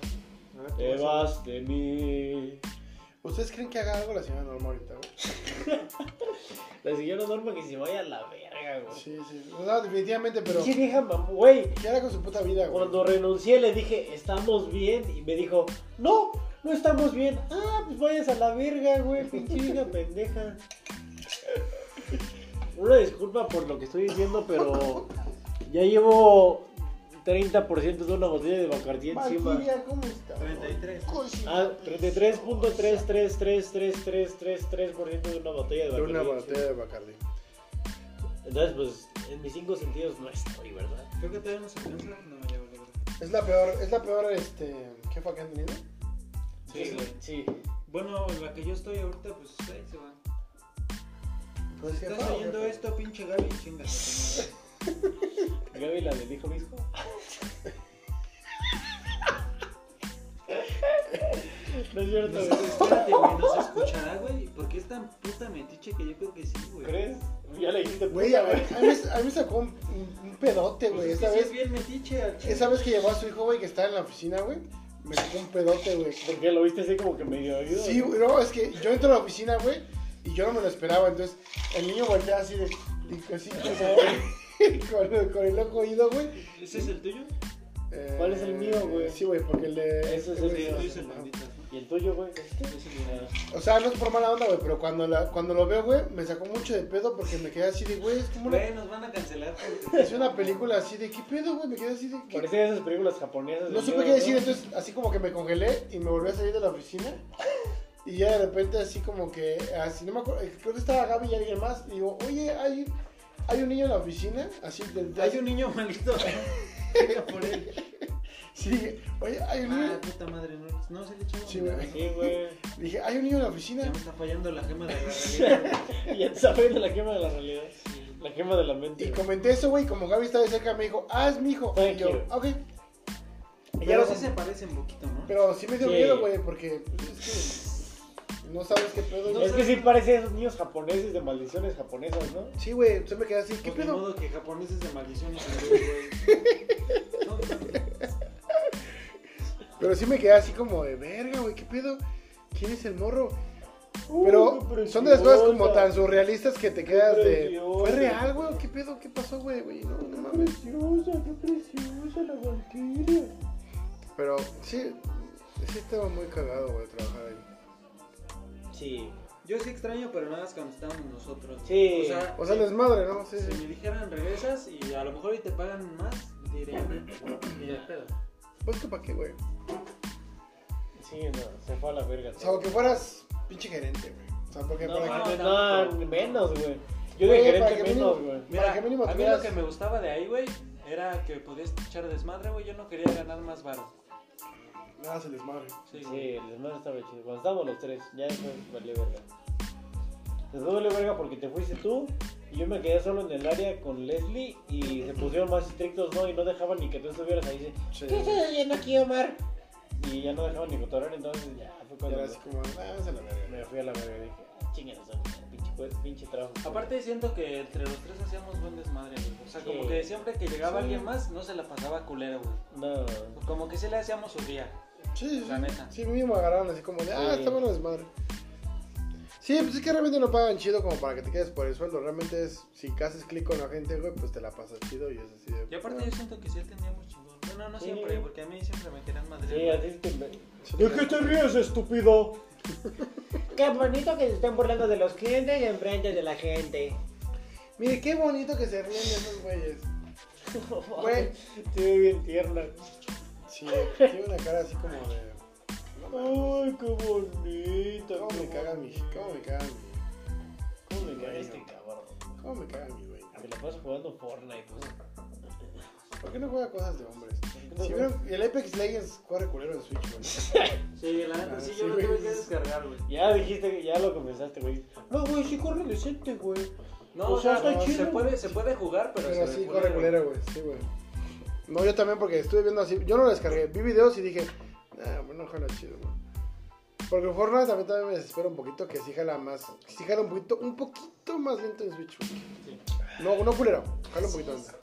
Te
ponte
vas de mí.
¿Ustedes creen que haga algo la señora Norma ahorita, güey?
La siguiente norma que se vaya a la verga, güey.
Sí, sí. O sea, definitivamente, pero.
Pinche vieja mamá, güey.
¿Qué hará con su puta vida, güey?
Cuando renuncié le dije, estamos bien. Y me dijo, no, no estamos bien. Ah, pues vayas a la verga, güey, pinche vieja pendeja. Una disculpa por lo que estoy diciendo, pero ya llevo 30% de una botella de Bacardi encima.
Valkyria, ¿cómo está?
33.
Coño.
Ah, 33.333333% de una botella de
De
Bacardi.
una botella de Bacardi.
Entonces, pues, en mis cinco sentidos no estoy, ¿verdad?
Creo que todavía no se alcanza. No, ya vale. vale.
Es la peor, es la peor, este, jefa que han tenido.
Sí, güey.
Sí.
Bueno, en la que yo estoy ahorita, pues ahí se va.
¿No es
Si Pues estás
jefa o
oyendo
jefa?
esto, pinche Gaby, chingas.
Gaby la del hijo mismo. No es cierto,
Nos,
güey.
espérate, güey, nos escuchará, güey. Porque es tan puta metiche que yo creo que sí, güey.
¿Crees? Ya le dijiste
Güey, a ver, a mí, a mí me sacó un, un- un pedote, güey.
Pues es que
Esta
sí
vez,
es bien metiche al chile.
esa vez que llevó a su hijo, güey, que estaba en la oficina, güey, me sacó un pedote, güey.
Porque lo viste así como que medio oído.
Sí, güey, no, es que yo entro a la oficina, güey, y yo no me lo esperaba. Entonces, el niño voltea así de. Y así, con, con el ojo oído, güey.
¿Ese es el tuyo?
Eh,
¿Cuál es el mío, güey?
Sí, güey, porque el de.
Ese es
este,
el
güey,
mío.
Tú
sí,
es el
ajá.
bandita, ¿no?
¿Y el tuyo, güey?
Es el de-
O sea, no es por mala onda, güey, pero cuando, la, cuando lo veo, güey, me sacó mucho de pedo porque me quedé así de, güey, es como una,
Güey, nos van a cancelar.
es una película así de, ¿qué pedo, güey? Me quedé así de. ¿qué?
Parece de esas películas japonesas. de
No supe
miedo,
qué decir,
¿no?
entonces así como que me congelé y me volví a salir de la oficina. Y ya de repente así como que, así no me acuerdo, eh, creo que estaba Gaby y alguien más. Y digo, oye, hay, hay un niño en la oficina, así de... de-
Hay un niño malito. Venga por él.
Sí, dije, oye, hay un
Ah,
niño...
puta madre, no, no se le echó.
Sí, güey.
Sí, güey.
Dije, hay un niño en la
Ya
oficina.
me está fallando la gema de la realidad.
Ya sabes la quema de la realidad. La quema de la mente.
Y
güey.
comenté eso, güey, como Gaby estaba de cerca, me dijo, ah, es mi hijo.
Thank
Y yo,
you.
"Ah, ok.
güey.
Ya
Pero
lo
sí
comp-
se parece un poquito, ¿no?
Pero sí me dio
Sí.
miedo, güey, porque pues, es que no sabes qué pedo.
No
güey.
Es que sí parece esos niños japoneses de maldiciones japonesas, ¿no?
Sí, güey, se me quedé así, ¿qué
Pues, de
pedo?
modo que japoneses de maldiciones. güey. No, no,
Pero sí me quedé así como de verga, güey, ¿qué pedo? ¿Quién es el morro? Pero son de las cosas como tan surrealistas que te quedas de.
preciosa.
¿Fue real, güey? ¿Qué pedo? ¿Qué pasó, güey? Güey, no, no mames.
Preciosa, qué preciosa la Valkyria.
Pero sí, sí estaba muy cagado, güey, trabajar ahí.
Sí.
Yo sí extraño, pero nada más cuando estábamos nosotros.
Sí.
O sea,
O sea, les madre, ¿no? Sí,
si
sí.
me dijeran regresas y a lo mejor hoy te pagan más, diría, ni de pedo.
Pues que pa' qué, güey.
Sí, no, se fue a la verga.
O sea, aunque fueras pinche gerente, güey. O sea, porque
no,
para
mames,
que.
no,
tampoco.
menos, güey. Yo de
Güey, para
gerente
que
menos,
mínimo-
güey.
Mira,
Para que mínimo
a mí
tuvieras-
lo que me gustaba de ahí, güey, era que podías echar desmadre, güey. Yo no quería ganar más varo.
Nada se les madre.
Sí, güey.
Sí, el desmadre estaba chido. Cuando estábamos los tres, ya después valió verga. Después valió verga porque te fuiste tú, Y yo me quedé solo en el área con Leslie y se pusieron más estrictos, ¿no? Y no dejaban ni que tú estuvieras ahí. Dice,
Sí.
¿qué estás haciendo aquí, Omar? Y ya no dejaban ni cotorrear, entonces ya fue
Y
cuando
era así como, ah, se la verga.
me fui a la verga y dije, ah, chinguen esa madre, pinche, pues, pinche trabajo.
Aparte siento que entre los tres hacíamos buen desmadre, güey. O sea, como
Sí.
que siempre que llegaba
Sí.
alguien más, no se la pasaba culero, güey.
No,
Como que sí le hacíamos su día.
Sí, sí,
La neta.
Sí, mínimo agarraron así como de, ah,
Sí.
está bueno desmadre. Sí, pues es que realmente no pagan chido como para que te quedes por el sueldo. Realmente es, si haces clic con la gente, güey, pues te la pasas chido y es así de. "Ah,
Y aparte yo siento que sí atendíamos chingón. Bueno, no
Sí.
siempre, porque a mí siempre me querían madre.
sí, así te...
Sí,
¿De qué te ríes, estúpido?
Qué bonito que se estén burlando de los clientes y enfrente de la gente.
Mire, qué bonito que se ríen esos güeyes. Güey.
Estuve bien tierna.
Sí, tiene una cara así como de. No mames.
Ay, qué bonito.
¿Cómo
qué
me caga mi.
bonito.
¿Cómo me caga mi.
¿Cómo me caga
Güey,
este
no.
cabrón?
¿Cómo me caga mi, güey?
Me la paso jugando Fortnite, güey.
¿Por qué no juega cosas de hombres? Si vieron, el Apex Legends corre culero en Switch, güey.
Sí, la
Ah,
neta, sí,
sí,
yo lo
güey.
tuve que descargar, güey.
Ya dijiste que ya lo comenzaste, güey. No, güey, sí corre decente, güey.
No,
Pues
O sea,
no,
está
no,
chido,
se
güey.
puede, se puede jugar, pero,
Pero
se
sí,
ve
corre culero, güey. Sí, güey. No, yo también porque estuve viendo así. Yo no lo descargué. Vi videos y dije, nah, bueno, jala chido, güey. Porque Fortnite también, también me desespera un poquito que sí jala más. Sí jala un poquito, un poquito más lento en Switch, güey.
Sí.
No, no culero. Jala un poquito más.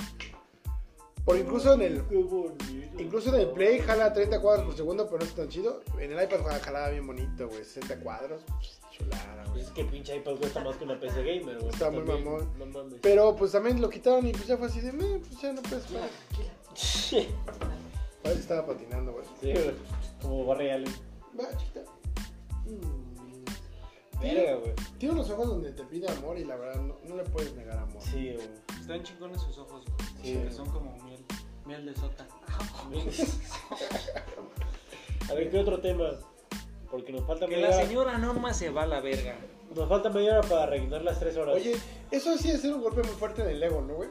Porque incluso en el.
Qué bonito.
Incluso en el Play jala 30 cuadros por segundo, pero no es tan chido. En el iPad jala- jalaba bien bonito, güey. 60 cuadros. pues, Chulada, güey.
Pues es que pinche iPad cuesta más que una PC gamer, güey.
Está muy
También,
mamón.
No mames.
Pero pues también lo quitaron y pues ya fue así de, "Meh, pues ya no puedes jugar".
Sí,
Parece que estaba patinando, güey.
güey. Como Barry Allen.
Va, chiquita. Mm.
Verga, güey.
Tiene unos ojos donde te pide amor y la verdad no, no le puedes negar amor.
Sí, güey.
Están chingones sus ojos, güey.
Sí.
Que son como miel, miel de sota.
A ver, ¿qué otro tema? Porque nos falta
Que
media
la
hora.
señora Norma se va a la verga.
Nos falta media hora para rellenar las tres horas.
Oye, eso sí es ser un golpe muy fuerte en el ego, ¿no, güey?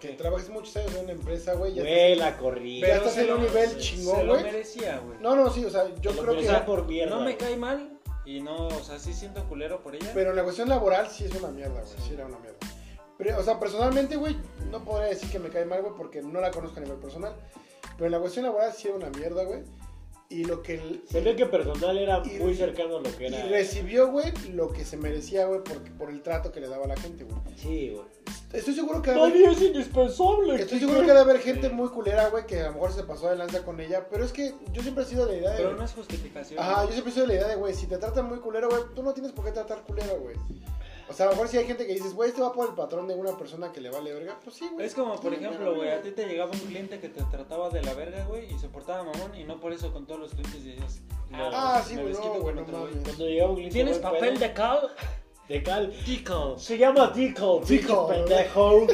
Que
¿Qué?
trabajes muchos años en una empresa, güey. ya
güey, la corrí.
Pero- estás
se
en
lo-
un nivel
se-
chingón,
Se lo
güey.
merecía, güey.
estás- No, no, sí, o sea, yo
Lo
creo que...
empecé a pues, por mierda.
No me
güey.
cae mal y no, o sea, sí siento culero por ella.
Pero en la cuestión laboral sí es una mierda, güey. Sí era una mierda. Pero, o sea, personalmente, güey, no podría decir que me cae mal, güey, porque no la conozco a nivel personal. Pero en la cuestión laboral sí era una mierda, güey. Y lo que... el-
Se ve que personal era
Y-
muy cercano a lo que
Y
era.
recibió, güey, lo que se merecía, güey, porque- por el trato que le daba a la gente, güey.
Sí, güey.
Estoy seguro que...
Nadie es indispensable.
Estoy seguro que debe haber gente
Sí.
muy culera, güey, que a lo mejor se pasó de lanza con ella, pero es que yo siempre he sido de la idea de...
Pero no es justificación.
Ajá, yo siempre he sido de la idea de, güey, si te tratan muy culero, güey, tú no tienes por qué tratar culero, güey. O sea, a lo mejor si hay gente que dices, güey, este va por el patrón de una persona que le vale verga, pues sí, güey.
Es como, por
Sí,
ejemplo,
claro,
güey, a ti te llegaba un cliente que te trataba de la verga, güey, y se portaba mamón, y no por eso con todos los clientes de ellos.
No.
Ah, sí,
me
güey,
desquito
no, güey, no
con otro, güey.
mames.
Cuando llegaba un cliente
¿Tienes
buen
papel
pedo-
de cal?
de cal?
Tico.
Se llama Dico.
Dico.
Dico. Pendejo.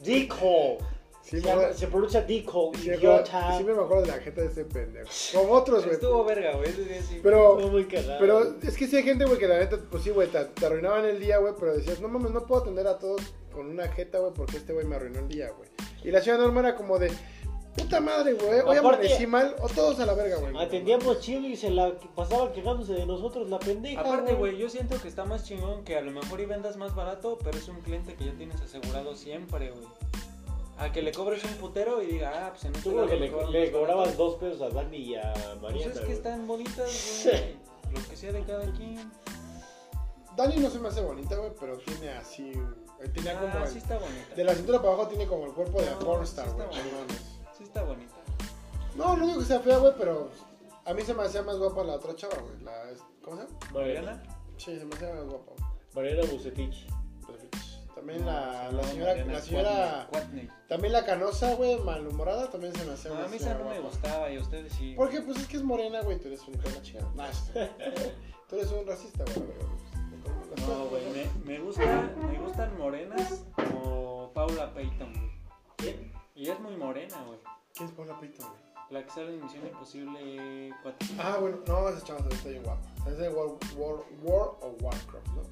Dico.
Sí,
se,
me
llama-
acuerdo-
se pronuncia Dico,
sí me acuerdo-
idiota.
sí me acuerdo de la gente de ese pendejo. Como otros, Pues, güey.
Estuvo verga, güey, ese día sí.
Pero...
Fue muy cagado.
Pero es que sí hay gente, güey, que la neta, pues sí, güey, te, te arruinaban el día, güey, pero decías, no mames, no puedo atender a todos con una jeta, güey, porque este güey me arruinó el día, güey. Y la ciudad norma era como de, puta madre, güey, hoy
Aparte-
amanecí mal, o todos a la verga, güey.
Atendíamos chido y se la pasaba quejándose de nosotros, la pendeja.
Aparte, güey, yo siento que está más chingón que a lo mejor y vendas más barato, pero es un cliente que ya tienes asegurado siempre, güey. A que le cobres un putero y diga, ah, pues en este
Yo creo
lado
que
me
le,
cobran
le
más
cobrabas
barato.
dos pesos a Dani y a
Pues
Mariana.
es que
güey.
están bonitas, güey. Lo que sea de cada quien.
Dani no se me hace bonita, güey, pero tiene así, eh, tenía como,
Ah,
el-
sí está bonita.
de la cintura para abajo tiene como el cuerpo de la
No,
pornstar,
sí está
güey, no
bonita.
mames.
Sí está bonita.
No, no digo que sea fea, güey, pero a mí se me hacía más guapa la otra chava, güey, la, ¿cómo se llama?
Mariana.
¿Mariana?
Sí, se me hacía más guapa,
Mariana Bucetich.
Perfecto. También la, la señora, la señora...
Cuatney.
También la canosa, güey, malhumorada, también se me hace
No,
una
a mí esa
señora
no me
guapa.
gustaba y a ustedes sí.
Porque pues es que es morena, güey, tú eres un hijo de la chingada. Nah, es- tú eres un racista, güey. pues, güey.
No, güey, me, me, gusta, me gustan morenas como Paula Payton, güey.
¿Quién?
Y ella es muy morena, güey.
¿Quién es Paula Payton, güey?
La que sale en Misión Imposible 4.
Ah, bueno, no, esa chava está bien guapa. Es de World, World, World of Warcraft, ¿no?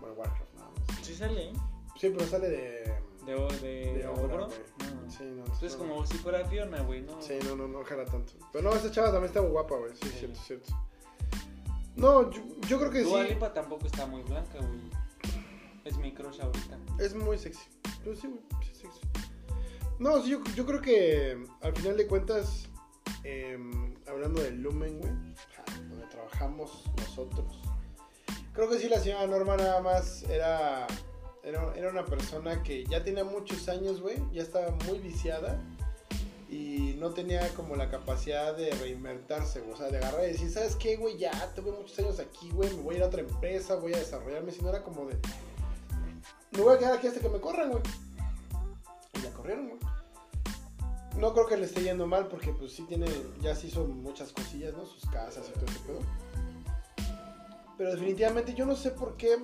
Bueno, Warcraft, nada más.
¿Sí sale? eh?
Sí, pero sale de...
¿De, o- de,
de obra,
Ogro?
güey.
No.
Sí, no.
Entonces,
no.
como si fuera Fiona, güey, ¿no?
Sí, no, no, no, ojalá tanto. Pero no, esa chava también está muy guapa, güey. Sí, cierto, cierto. No, yo, yo creo que
Dua
sí.
Lipa tampoco está muy blanca, güey. Es mi crush ahorita.
Es muy sexy. Yo sí, güey, sí es sexy. No, sí, yo, yo creo que al final de cuentas, eh, hablando del lumen, güey, donde trabajamos nosotros, creo que sí la señora Norma nada más era, era, era una persona que ya tenía muchos años, güey, ya estaba muy viciada y no tenía como la capacidad de reinventarse, güey, o sea, de agarrar y decir, ¿sabes qué, güey? Ya tuve muchos años aquí, güey, me voy a ir a otra empresa, voy a desarrollarme, sino era como de, me voy a quedar aquí hasta que me corran, güey. Y la corrieron, güey. No creo que le esté yendo mal porque pues sí tiene, ya se hizo muchas cosillas, ¿no? Sus casas y todo ese pedo. Pero definitivamente yo no sé por qué.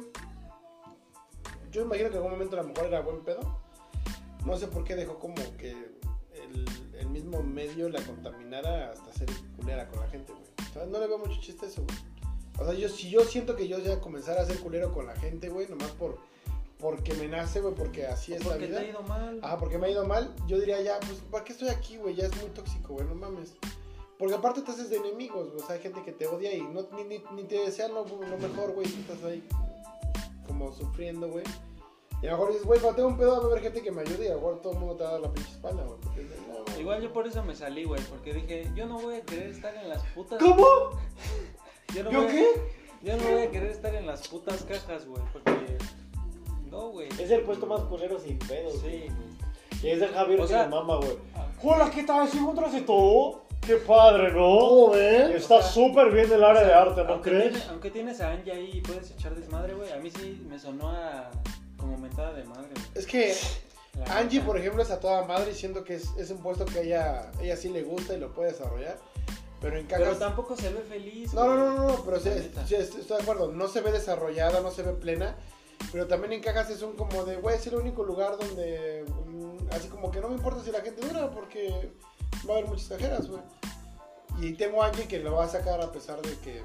Yo imagino que en algún momento a lo mejor era buen pedo. No sé por qué dejó como que el, el mismo medio la contaminara hasta ser culera con la gente, güey. O sea, no le veo mucho chiste a eso, güey. O sea, yo, si yo siento que yo ya comenzara a ser culero con la gente, güey, nomás por, porque me nace, güey, porque así es
Porque
la
te
vida.
ha ido mal.
Ajá, porque me ha ido mal. Yo diría ya, pues, ¿para qué estoy aquí, güey? Ya es muy tóxico, güey, no mames. Porque aparte te haces de enemigos, güey. O sea, hay gente que te odia y no, ni, ni- ni te desea lo, lo mejor, güey. Tú estás ahí como sufriendo, güey. Y a lo mejor dices, güey, cuando tengo un pedo va a haber gente que me ayude y a lo mejor todo el mundo te va a dar la pinche espalda, güey. porque es de, no, güey.
Igual yo por eso me salí, güey, porque dije, yo no voy a querer estar en las putas.
¿Cómo?
Yo, no
¿Yo
voy a-
qué?
Yo no voy a querer estar en las putas cajas, güey, porque... No, güey.
Es el puesto más culero sin pedos.
Sí, güey.
Y es de Javier
O
que
sea- ah.
le mama, güey. Hola, ¿qué tal? ¿Sí encontraste todo? Qué padre, ¿no? Está
O sea,
súper bien el área de arte, ¿no
aunque
crees?
tiene- aunque tienes a Angie ahí y puedes echar desmadre, güey, a mí sí me sonó a... como mentada de madre, güey.
Es que
La
Angie,
neta.
por ejemplo, es a toda madre y siento que es, es un puesto que a ella, ella sí le gusta y lo puede desarrollar. Pero en
Pero
cajas
tampoco se ve feliz.
No, no,
güey.
no, no, no, pero sí,
La neta.
sí, estoy estoy de acuerdo. No se ve desarrollada, no se ve plena. Pero también en cajas es un como de, güey, es el único lugar donde. mm, así como que no me importa si la gente dura, porque va a haber muchas cajeras, güey. Y tengo a Angie que lo va a sacar a pesar de que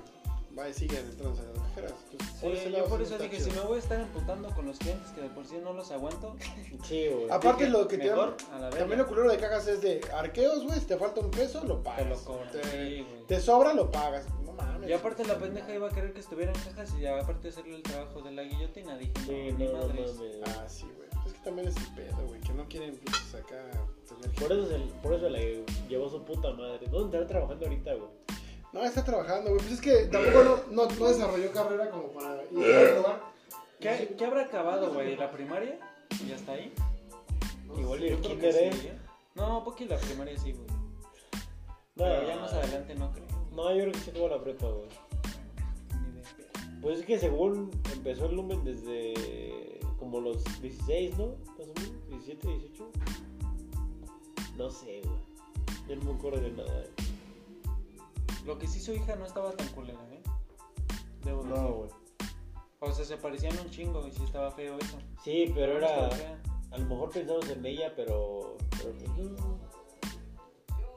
va y sigue entrando en las cajeras. Entonces,
Sí,
ese
yo
lado
por
sí
eso
está
dije,
chido.
si me voy a estar emputando con los clientes que de por sí no los aguanto,
Sí, güey.
Ah, Aparte,
dije,
lo que te-
mejor, a la verga,
También lo culero de cajas es de arqueos, güey. Si te falta un peso, lo
te
pagas.
lo cobran.
te,
Sí, güey.
te sobra, lo pagas. No mames.
Y aparte la pendeja iba a querer que estuviera en cajas y aparte hacerle el trabajo de la guillotina, dije, no,
Sí,
ni
no, no,
madres.
mames.
Ah, sí, güey. Es que también es el pedo, güey. Que no quieren pues, acá tener
Por eso, se, por eso le llevó su puta madre. ¿Dónde estará trabajando ahorita, güey?
No, está trabajando, güey. Pues es que tampoco no, no, no desarrolló carrera como para ir a otro lugar. pues,
¿Qué, qué habrá acabado, güey? ¿La primaria? ¿Y hasta ahí?
Igual y
Yo
el
creo
kinder,
que
¿eh?
sí, ¿eh? No, Pocky la primaria sí, güey.
No,
Pero ya más adelante no creo.
No, yo creo que se acabó la prepa, güey.
Ni de pedo.
Pues es que según empezó el lumen desde como los 16, ¿no? Más o menos, 17, 18. No sé, güey. Yo no me acuerdo de nada. güey.
Lo que sí su hija no estaba tan culera, ¿eh? Debo decir.
No, güey.
O sea, se parecían un chingo y sí estaba feo eso.
Sí, pero era.
Estaba fea.
A lo mejor pensamos en ella, pero. Pero pues no.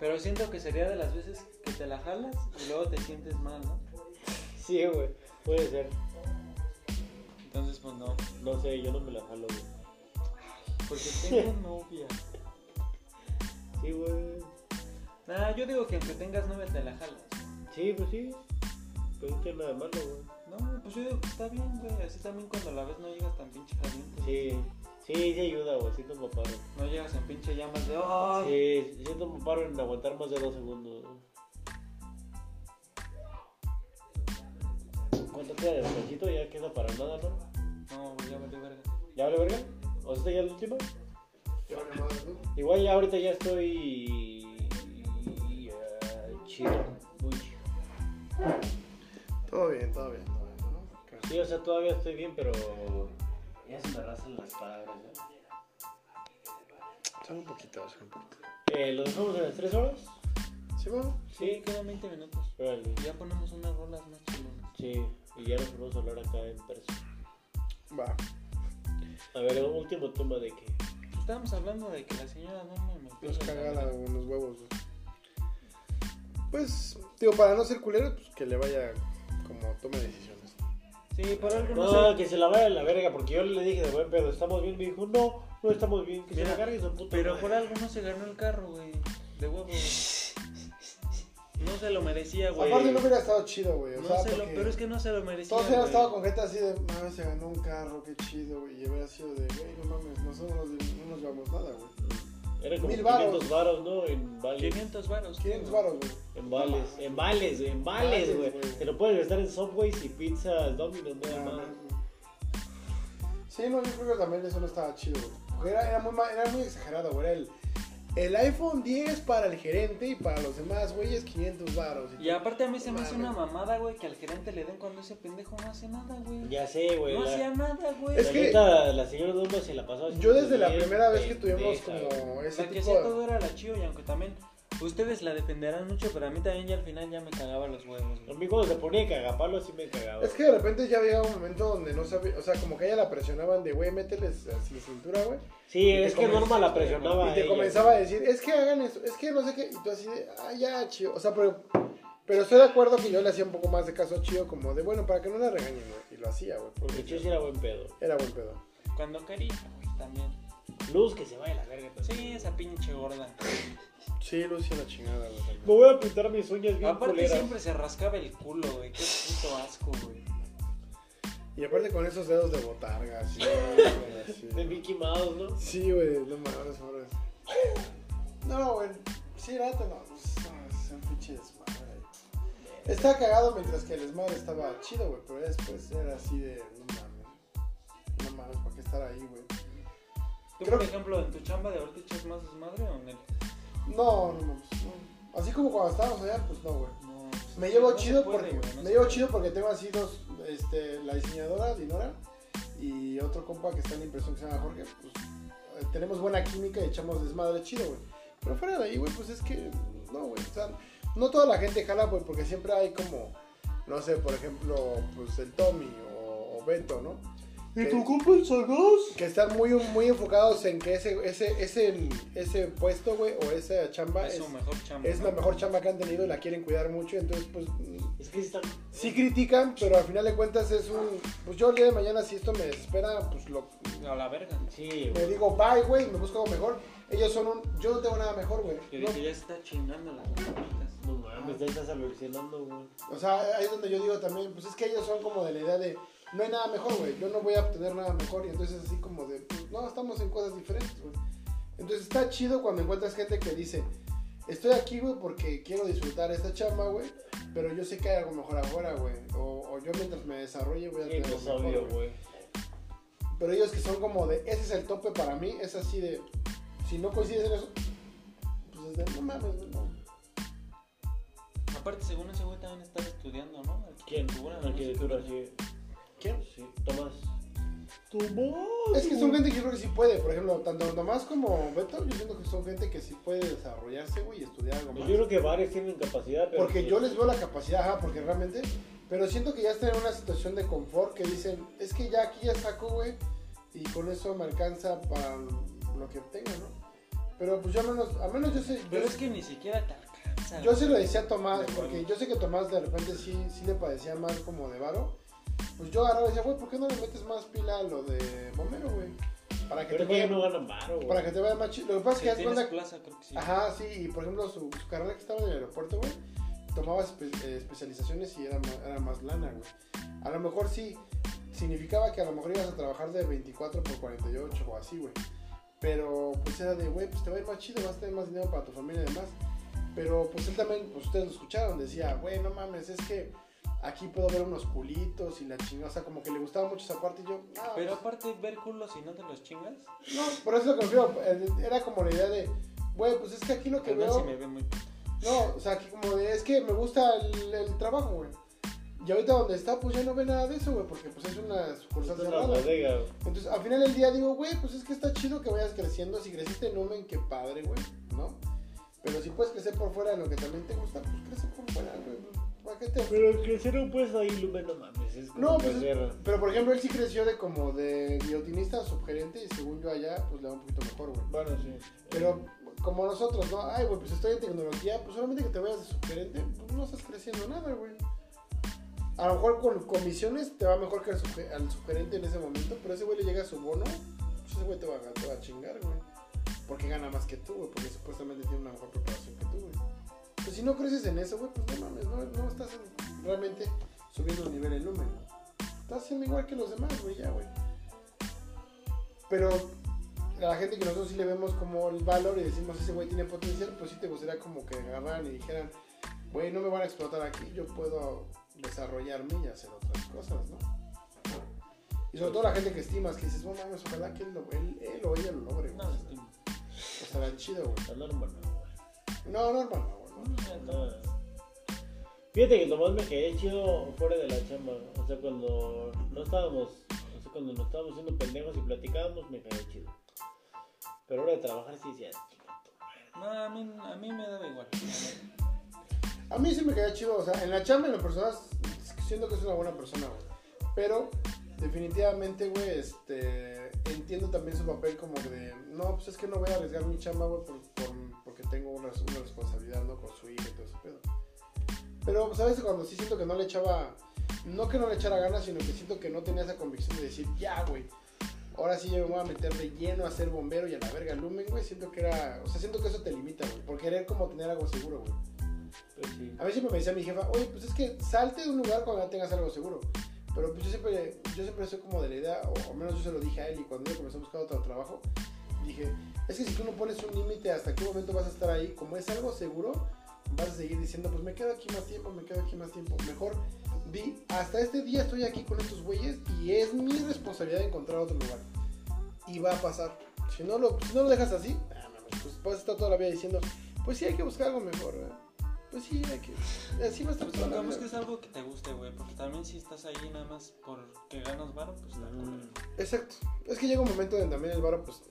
Pero siento que sería de las veces que te la jalas y luego te sientes mal, ¿no?
Sí, güey. Puede ser.
Entonces, pues no.
No sé, yo no me la jalo, güey.
Porque tengo novia.
Sí, güey.
Nah, Ah, yo digo que aunque tengas novia te la jalas.
Sí, pues sí. Pero no tiene nada de malo, güey.
No, pues yo digo que está bien, güey. Así también cuando la ves no llegas tan pinche caliente.
Sí. Sí, sí ayuda, güey. Siento un paro.
No llegas en pinche llamas de...
Ah.
¡Ay!
Sí, siento un paro en aguantar más de dos segundos. ¿Cuánto queda de descansito? Ya queda para nada, ¿no?
No, güey, ya valió verga.
¿Ya vale verga? ¿O sea, este ya es la última?
Ya vale madre, ¿no?
Igual ya ahorita ya estoy... eh, chido. Muy chido.
Todo bien, todo bien. todo bien, ¿no? Pero-
Sí, o sea, todavía estoy bien, pero... Ya se me arrasan las palabras, ¿eh? ¿no?
Sale un poquito, sale un poquito.
Eh, ¿Lo dejamos en las tres horas?
¿Sí, va?
Sí, quedan 20 minutos.
Órale.
Y Ya ponemos unas rolas más chilonas.
Sí, y ya nos vamos a hablar acá en persona.
Va.
A ver, un último tema de que...
Estábamos hablando de que la señora no me... me
Nos
pela la
caga
verga.
la- los huevos, güey. Pues, digo, para no ser culero, pues que le vaya como tome decisiones.
Sí, por algo no,
No,
sé.
que se la vaya a la verga, porque yo le dije de buen pedo, ¿estamos bien? Me dijo, no, no estamos bien, que se
Mira,
la cargue su puta
Pero
madre.
por algo no se ganó el carro, güey. De huevo. No no se lo merecía, güey.
Aparte no hubiera estado chido, güey. O
No
sea,
se lo-
porque
pero es que no se lo merecía.
todos hubieran
güey.
estado con gente así de, mames, se ganó un carro, qué chido, güey. Y hubiera sido de, güey, no mames, nosotros no nos- no nos llevamos nada, güey.
Era como
Mil
500 varos, ¿no? En vales.
500 varos.
500 varos, güey.
En vales. En vales, güey, en
Vales,
vales, güey.
güey.
Te lo puedes gastar en Subways y pizzas Domino's, nada
Nada
más.
más, güey. Sí, no, yo creo que también eso no estaba chido, güey. Porque era, era muy, ma- era muy exagerado, güey. Era el, el iPhone 10 para el gerente y para los demás, güey, es 500 varos.
Y aparte a mí se me hace
Mames.
una mamada, güey, que al gerente le den cuando ese pendejo no hace nada, güey.
Ya sé, güey.
no
la-
hacía nada, güey.
Es
la
que-
neta, la señora Dumbo se la pasó
Yo desde la primera vez que tuvimos como ese
La que
tipo
hacía
de...
todo era la chido y aunque también ustedes la defenderán mucho, pero a mí también ya al final ya me cagaba los huevos,
A
güey.
mí cuando se ponía cagapalo sí me cagaba.
Es que de repente ya había un momento donde no sabía, o sea, como que a ella la presionaban de, güey, mételes así cintura, güey.
Sí,
Y te
es que
comen-
Norma la presionaba.
Y te
a ella.
comenzaba a decir, es que hagan eso, es que no sé qué. Y tú así de, ah, ya, chido. O sea, pero, pero estoy de acuerdo que yo le hacía un poco más de caso chido, como de, bueno, para que no la regañen, güey. Y lo hacía, güey.
Porque Chus era buen pedo.
Era buen pedo.
Cuando quería, güey, también.
Luz que se vaya a la verga. pues.
Sí, esa pinche gorda.
Sí, Lucy, la chingada, güey.
Me voy a pintar mis uñas bien
Aparte
culeras.
siempre se rascaba el culo, güey. Qué puto asco, güey.
Y aparte con esos dedos de botarga, así.
De
güey, así.
Mickey Mouse, ¿no?
sí, güey, no mames, ahora. No, güey, sí, rato, no. Es un pinche desmadre. Estaba cagado mientras que el desmadre estaba chido, güey, pero ya después era así de, no mames. No mames, ¿para qué estar ahí, güey?
Tú,
Creo
por
que-
ejemplo, en tu chamba de ahorita echas más desmadre o en el...
No, no mames. no. Así como cuando estábamos allá, pues no, güey.
No, pues,
Me
no
llevo
se
chido
puede,
porque
güey, no
me
se
llevo
puede.
chido porque tengo así dos, este, la diseñadora Dinora y otro compa que está en la impresión que se llama Jorge, pues eh, tenemos buena química y echamos desmadre chido, güey. Pero fuera de ahí, güey, pues es que no, güey, o sea, no toda la gente jala, güey, porque siempre hay como no sé, por ejemplo, pues el Tommy o, o Beto, ¿no? Que-
compa el sagaz?
que están muy, muy enfocados en que ese, ese, ese, ese puesto, güey, o esa chamba
Es
es,
su mejor chamba.
es la
¿no?
mejor chamba que han tenido y la quieren cuidar mucho, entonces, pues,
Es que están.
sí critican, pero al final de cuentas es un... Pues yo el día de mañana si esto me desespera, pues lo,
A la verga.
Sí,
me
güey.
digo, bye, güey, me busco algo mejor. Ellos son un... Yo no tengo nada mejor, güey.
Yo
No,
dije, ya se está chingando las gorditas.
No mames, ya estás alucinando, güey.
o sea, ahí es donde yo digo también, pues es que ellos son como de la idea de... No hay nada mejor, güey. Yo no voy a obtener nada mejor. Y entonces así como de... Pues, no, estamos en cosas diferentes, güey. Entonces está chido cuando encuentras gente que dice... Estoy aquí, güey, porque quiero disfrutar esta chamba, güey. Pero yo sé que hay algo mejor afuera, güey. O, o yo mientras me desarrolle voy a
Sí,
tener
pues
algo mejor,
obvio,
güey.
güey.
Pero ellos que son como de, ese es el tope para mí, es así de, si no coincides en eso, pues es de, no mames, güey, no.
Aparte, según ese güey también estaba estudiando, ¿no?
¿Quién?
Arquitectura, no
Arquitectura,
sé qué.
sí.
¿Quién?
Sí, Tomás.
Es que son gente que yo creo que sí puede, por ejemplo, tanto Tomás como Beto, yo siento que son gente que sí puede desarrollarse, güey, y estudiar algo
Pues
más.
Yo creo que varios tienen capacidad, pero.
Porque yo les veo la capacidad, ajá, porque realmente, pero siento que ya están en una situación de confort que dicen, es que ya aquí ya saco, güey, y con eso me alcanza para lo que obtenga, ¿no? Pero pues yo al menos, al menos yo sé...
Pero
yo
es que ni siquiera te alcanza.
Yo
güey.
se lo decía a Tomás,
De
porque
huevo.
yo sé que Tomás de repente sí, sí le padecía más como de varo. Pues yo agarraba y decía, güey, ¿por qué no le metes más pila a lo de bombero, güey? Para que, te
Pero que
vaya,
ellos no ganan varo, güey.
para que te vaya más chido. Lo que pasa
Si
es que
tienes
haz cuenta-
plaza, creo que sí.
Ajá, sí, y por ejemplo, su, su carrera que estaba en el aeropuerto, güey, tomaba espe- eh, especializaciones y era, ma- era más lana, güey. A lo mejor sí, significaba que a lo mejor ibas a trabajar de 24 por 48 o así, güey. Pero pues era de, güey, pues te va a ir más chido, vas a tener más dinero para tu familia y demás. Pero pues él también, pues ustedes lo escucharon, decía, güey, no mames, es que aquí puedo ver unos culitos y la chingada. O sea, como que le gustaba mucho esa parte y yo, ah,
Pero
pues,
aparte, ver culos si no te los chingas.
no, por eso lo que me refiero, eh, era como la idea de, güey, pues es que aquí lo que
Perdón
veo...
si me ven muy.
No, o sea, que como de, es que me gusta el, el trabajo, güey. Y ahorita donde está, pues ya no ve nada de eso, güey, porque pues es una
Esta
sucursal
es una
cerrada.
bodega, güey.
Entonces, al final del día digo, güey, pues es que está chido que vayas creciendo. Si creciste en Numen, qué padre, güey, ¿no? Pero si puedes crecer por fuera de lo que también te gusta, pues crece por fuera, güey. ¿Para qué te
Pero crecieron pues ahí, Lumen, no mames. Es como
No, pues,
crecer.
Pero por ejemplo, él sí creció de como de guillotinista a subgerente y según yo allá, pues le va un poquito mejor, güey.
Bueno, sí.
Pero como nosotros, ¿no? Ay, güey, pues estoy en tecnología, pues solamente que te vayas de subgerente, pues no estás creciendo nada, güey. A lo mejor con comisiones te va mejor que al, subge- al subgerente en ese momento, pero ese güey le llega su bono, pues ese güey te va, a- te va a chingar, güey. Porque gana más que tú, güey, porque supuestamente tiene una mejor preparación que tú, güey. Pues si no creces en eso, güey, pues no mames, no, no estás en- realmente subiendo el nivel en lumen. Estás siendo igual que los demás, güey, ya, güey. Pero a la gente que nosotros sí le vemos como el valor y decimos, ese güey tiene potencial, pues sí te gustaría como que agarraran y dijeran, güey, no me van a explotar aquí, yo puedo desarrollarme y hacer otras cosas, ¿no? Y sobre todo la gente que estimas, que dices, bueno, mames, ojalá que él, lo- él, él o ella lo logre, güey.
No, es que-
Estará chido, güey.
Está normal, ¿no?
No, no, hermano, güey. no.
Ah. Fíjate que lo más me quedé chido fuera de la chamba. O sea, cuando no estábamos, o sea, cuando nos estábamos haciendo pendejos y platicábamos, me quedé chido. Pero ahora de trabajar sí decía,
No, a mí, a mí me daba igual.
A mí sí me queda chido, o sea, en la chamba, en las personas, siento que es una buena persona, güey. Pero, definitivamente, güey, este, entiendo también su papel como que de, no, pues es que no voy a arriesgar mi chamba, güey, por- por- porque tengo una, una responsabilidad, ¿no? Con su hija y todo ese pedo. Pero, pues, a veces cuando sí siento que no le echaba, no que no le echara ganas, sino que siento que no tenía esa convicción de decir, ya, güey. Ahora sí yo me voy a meter de lleno a ser bombero y a la verga lumen, güey. Siento que era, o sea, siento que eso te limita, güey. Por querer como tener algo seguro, güey.
pues sí.
A mí siempre me decía mi jefa, oye, pues es que salte de un lugar cuando ya tengas algo seguro. Pero pues yo siempre, yo siempre soy como de la idea, o al menos yo se lo dije a él, y cuando yo comencé a buscar otro trabajo, dije, es que si tú no pones un límite hasta qué momento vas a estar ahí, como es algo seguro, vas a seguir diciendo, pues me quedo aquí más tiempo, me quedo aquí más tiempo. Mejor di, hasta este día estoy aquí con estos güeyes y es mi responsabilidad encontrar otro lugar. Y va a pasar. Si no lo, si no lo dejas así, ah, mames, pues vas a estar toda la vida diciendo, pues sí hay que buscar algo mejor, ¿verdad? Pues sí, hay que... Así va a estar toda la
Pues Supongamos
vida.
que es algo que te guste, güey, porque también si estás ahí nada más porque ganas varo, pues está culero.
Exacto. Es que llega un momento donde también el varo, pues,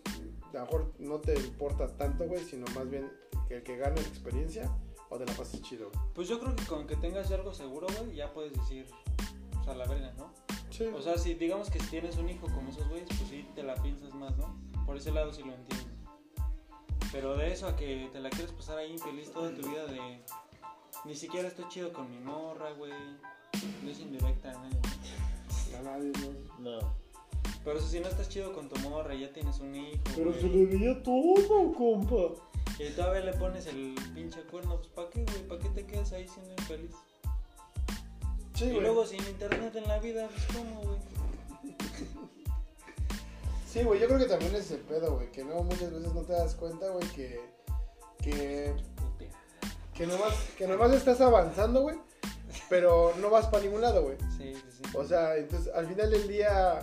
a lo mejor no te importa tanto, güey, sino más bien que el que gane la experiencia o te la pases chido. güey.
Pues yo creo que con que tengas ya algo seguro, güey, ya puedes decir, o sea, la verga, ¿no?
Sí.
O sea, si digamos que si tienes un hijo como esos güeyes, pues sí te la piensas más, ¿no? Por ese lado sí lo entiendo. Pero de eso a que te la quieres pasar ahí infeliz toda tu vida de... Ni siquiera estoy chido con mi morra, güey. No es indirecta, ¿no?
A nadie, no.
No.
Pero eso, si no estás chido con tu morra, ya tienes un hijo. güey,
le veía todo, compa.
Y todavía le pones el pinche cuerno, pues ¿para qué, güey? ¿Para qué te quedas ahí siendo infeliz?
Sí,
y
güey.
luego sin internet en la vida, pues ¿cómo, güey?
Sí, güey, yo creo que también es el pedo, güey, que no, muchas veces no te das cuenta, güey, que, que,
Putea.
que nomás, que nomás estás avanzando, güey, pero no vas para ningún lado, güey.
Sí, sí, sí.
O sea, entonces, al final del día,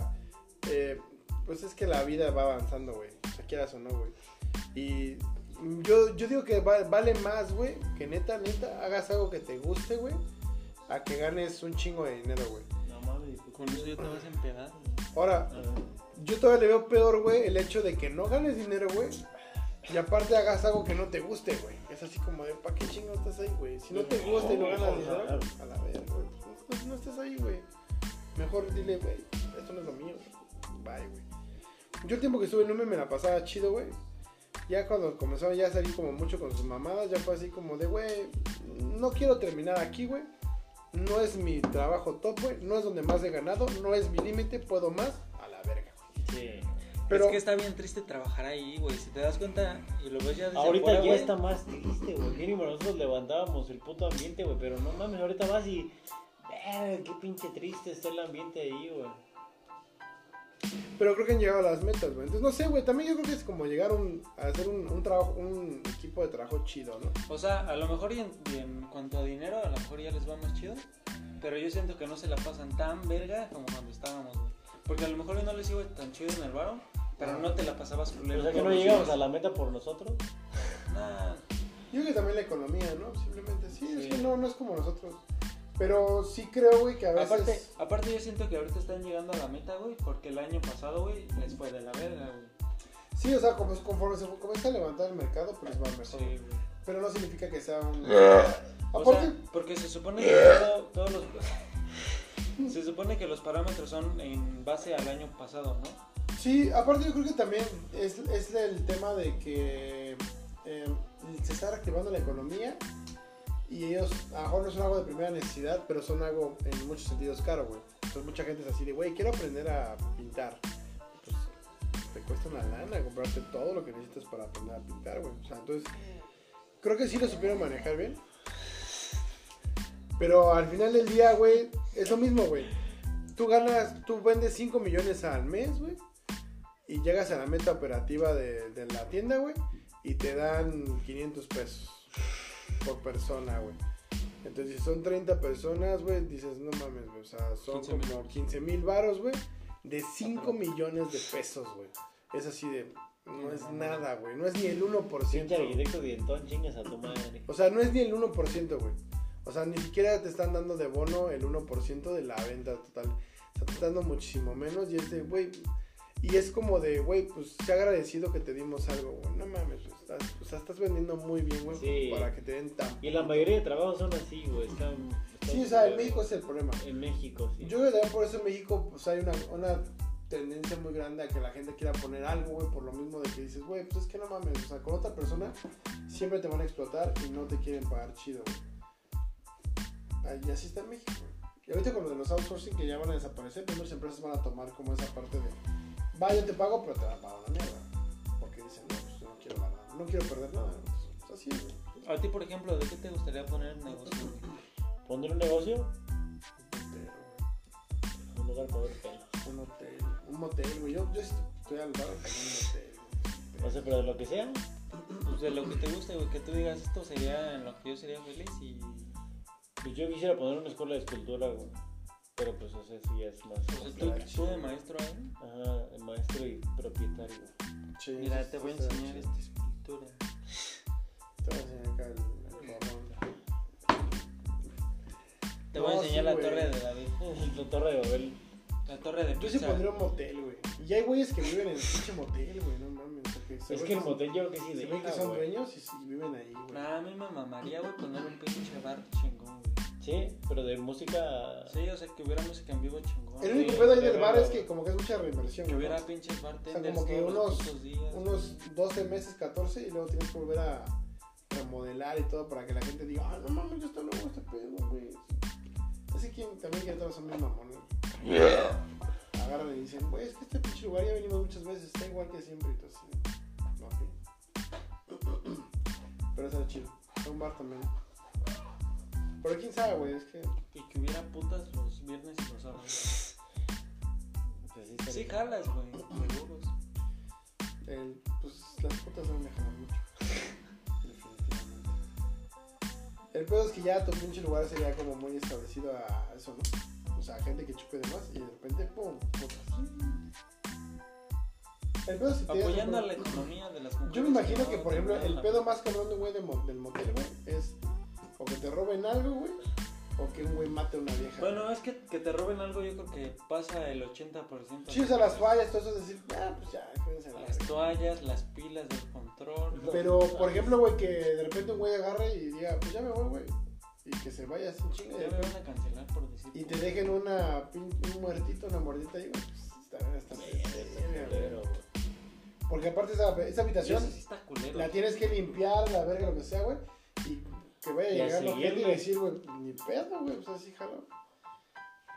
eh, pues es que la vida va avanzando, güey, o sea, quieras o no, güey. Y yo, yo digo que va- vale más, güey, que neta, neta, hagas algo que te guste, güey, a que ganes un chingo de dinero, güey.
No mames. pues,
Con eso ya te vas a empedar.
Ahora,
Ah,
Yo todavía le veo peor, güey, el hecho de que no ganes dinero, güey. Y aparte hagas algo que no te guste, güey. Es así como de, ¿pa' qué chingo estás ahí, güey? Si no te gusta y no ganas dinero, a la verga, güey. No, no estés ahí, güey. Mejor dile, güey, esto no es lo mío. Bye, güey. Yo el tiempo que estuve en Lumen me la pasaba chido, güey. Ya cuando comenzaron ya a salir como mucho con sus mamadas, ya fue así como de, güey, no quiero terminar aquí, güey. No es mi trabajo top, güey. No es donde más he ganado. No es mi límite. Puedo más. A la verga, güey.
Sí.
Pero
Es que está bien triste trabajar ahí, güey. Si te das cuenta y lo ves ya desde
Ahorita
afuera,
ya
güey,
está más triste, güey. Mínimo nosotros levantábamos el puto ambiente, güey. Pero no mames, ahorita vas y. Ver, qué pinche triste está el ambiente ahí, güey.
Pero creo que han llegado a las metas, güey. Entonces, no sé, güey. También yo creo que es como llegar a un- a hacer un, un trabajo, un equipo de trabajo chido, ¿no?
O sea, a lo mejor y en, y en cuanto a dinero, a lo mejor ya les va más chido. Pero yo siento que no se la pasan tan verga como cuando estábamos, güey. Porque a lo mejor no les iba tan chido en el baro, pero no te la pasabas culero.
Ah. O sea que
todos
no
los
llegamos
días.
a la meta por nosotros.
Nah,
Yo creo que también la economía, ¿no? Simplemente, sí,
Sí.
es que no, no es como nosotros. Pero sí creo, güey, que a veces...
Aparte, aparte yo siento que ahorita están llegando a la meta, güey, porque el año pasado, güey, les fue de la verga, güey.
Sí, o sea, como, conforme se comienza a levantar el mercado, pues va mejor.
Sí, güey.
Pero no significa que sea un...
O
Aparte,
sea, porque se supone que todo- todos los se supone que los parámetros son en base al año pasado, ¿no?
sí, aparte yo creo que también es, es el tema de que eh, se está reactivando la economía y ellos a lo mejor no son algo de primera necesidad, pero son algo en muchos sentidos caro, güey. Entonces mucha gente es así de, güey, quiero aprender a pintar. Pues te cuesta una lana comprarte todo lo que necesitas para aprender a pintar, güey. O sea, entonces creo que sí lo supieron manejar bien. Pero al final del día, güey, es lo mismo, güey. Tú ganas, tú vendes 5 millones al mes, güey. Y llegas a la meta operativa de, de la tienda, güey. Y te dan 500 pesos por persona, güey. Entonces, si son 30 personas, güey, dices, no mames, güey. O sea, son
15 mil
como
varos.
15 mil varos, güey. De 5 millones de pesos, güey. Es así de... No es nada, güey. No es ni el 1%.
Pinche
güey.
arquitecto dientón, chingas a tu madre.
O sea, no es ni el 1%, güey. O sea, ni siquiera te están dando de bono el 1% de la venta total. O sea, te están dando muchísimo menos y es de, güey. Y es como de, güey, pues te agradecido que te dimos algo, güey. No mames, pues, estás, o sea, estás vendiendo muy bien, güey,
Sí.
para que te den tan.
Y la mayoría de trabajos son así, güey. Están,
Sí, o sea, en México es el problema.
En México, sí.
Yo creo que también por eso en México pues, hay una, una tendencia muy grande a que la gente quiera poner algo, güey, por lo mismo de que dices, güey, pues es que no mames, o sea, con otra persona siempre te van a explotar y no te quieren pagar chido, güey. Y así está en México, güey. Y ahorita con lo de los outsourcing que ya van a desaparecer, pues, muchas empresas van a tomar como esa parte de, va, yo te pago, pero te la pago una mierda. Porque dicen, no, pues yo no quiero ganar, no quiero perder nada. Pues, así es, güey.
A ti, por ejemplo, ¿de qué te gustaría poner el negocio? güey?
Poner un negocio,
Pero, güey.
un lugar para ver pelo.
Un hotel, un motel, güey. Yo, yo estoy al lado de un motel.
No sé, pero de lo que sea.
Pues de lo que te guste, güey, que tú digas esto sería en lo que yo sería feliz y.
Pues yo quisiera poner una escuela de escultura, güey. Pero pues, o sea, sí es más.
O sea, tú,
Estaría
tú
chido.
de maestro ¿eh? ahí.
Ajá, maestro y propietario.
Sí,
Mira,
eso
te voy a
está
enseñar este.
chido.
esta escultura.
Te voy a enseñar acá el, el jorrón.
Te voy a
No,
enseñar
sí,
la
güey.
torre de David.
La torre de Babel.
La torre de
Yo sí
Pizza.
pondría un motel, güey. Y ya hay güeyes que viven en el pinche motel, güey. No mames. o sea, se
Es
ve
que el motel yo creo que sí
Se ven que
deja,
son
güey.
dueños y, sí viven ahí, güey.
Nah, a mí me mamaría, güey, poner un pinche bar chingón, güey.
Sí, pero de música...
Sí, o sea, que hubiera música en vivo chingón.
El
güey.
único pedo ahí del
pero-
bar es que como que es mucha reinversión,
Que
güey.
hubiera
¿no?
pinches bartenders
O sea, como que
todos los
unos-
putos días,
Unos 12 meses, 14 y luego tienes que volver a remodelar y todo para que la gente diga, ah, no mames, yo estoy nuevo este pedo, güey. Así que también que todos son mis mamones. agarran y dicen, güey, es que este pinche lugar ya venimos muchas veces, está igual que siempre y todo así. ok. Pero está chido. Está un bar también. Pero quién sabe, güey, es que.
Y que hubiera putas los viernes y los sábados.
Pues sí,
Sí,
estaría-
jalas, güey, seguros.
el- pues las putas no me jalan mucho. Definitivamente. El pedo es que ya tu pinche lugar sería como muy establecido a eso, ¿no? O sea, gente que chupe de más y de repente, pum, putas. El pedo es que te llegas a un
Apoyando a
pro-
la economía de las mujeres.
Yo me imagino que,
No,
por ejemplo, el
no,
pedo más cabrón de un güey de mo- del motel, güey, es o que te roben algo, güey, o que un güey mate a una vieja.
Bueno, es que, que te roben algo, yo creo que pasa el 80%.
sí, o sea, las fallas, todo eso es decir, ah, pues ya, cuídense la
Las
verga".
toallas, las pilas del control.
Pero, por ejemplo, güey, que de repente un güey agarre y diga, pues ya me voy, güey, y que se vaya sin chinga.
Ya me van a cancelar por decir.
eh, Y te dejen una, pin- un muertito, una mordita ahí, güey, pues también está verga, güey.
Pero, güey.
Porque aparte esa, esa
Eso
habitación
sí está culero.
la tienes que limpiar, la verga, lo que sea, güey, y que vaya a
Y a
llegar la gente y
seguirle.
decir, güey, ni pedo, güey, pues así, jalo.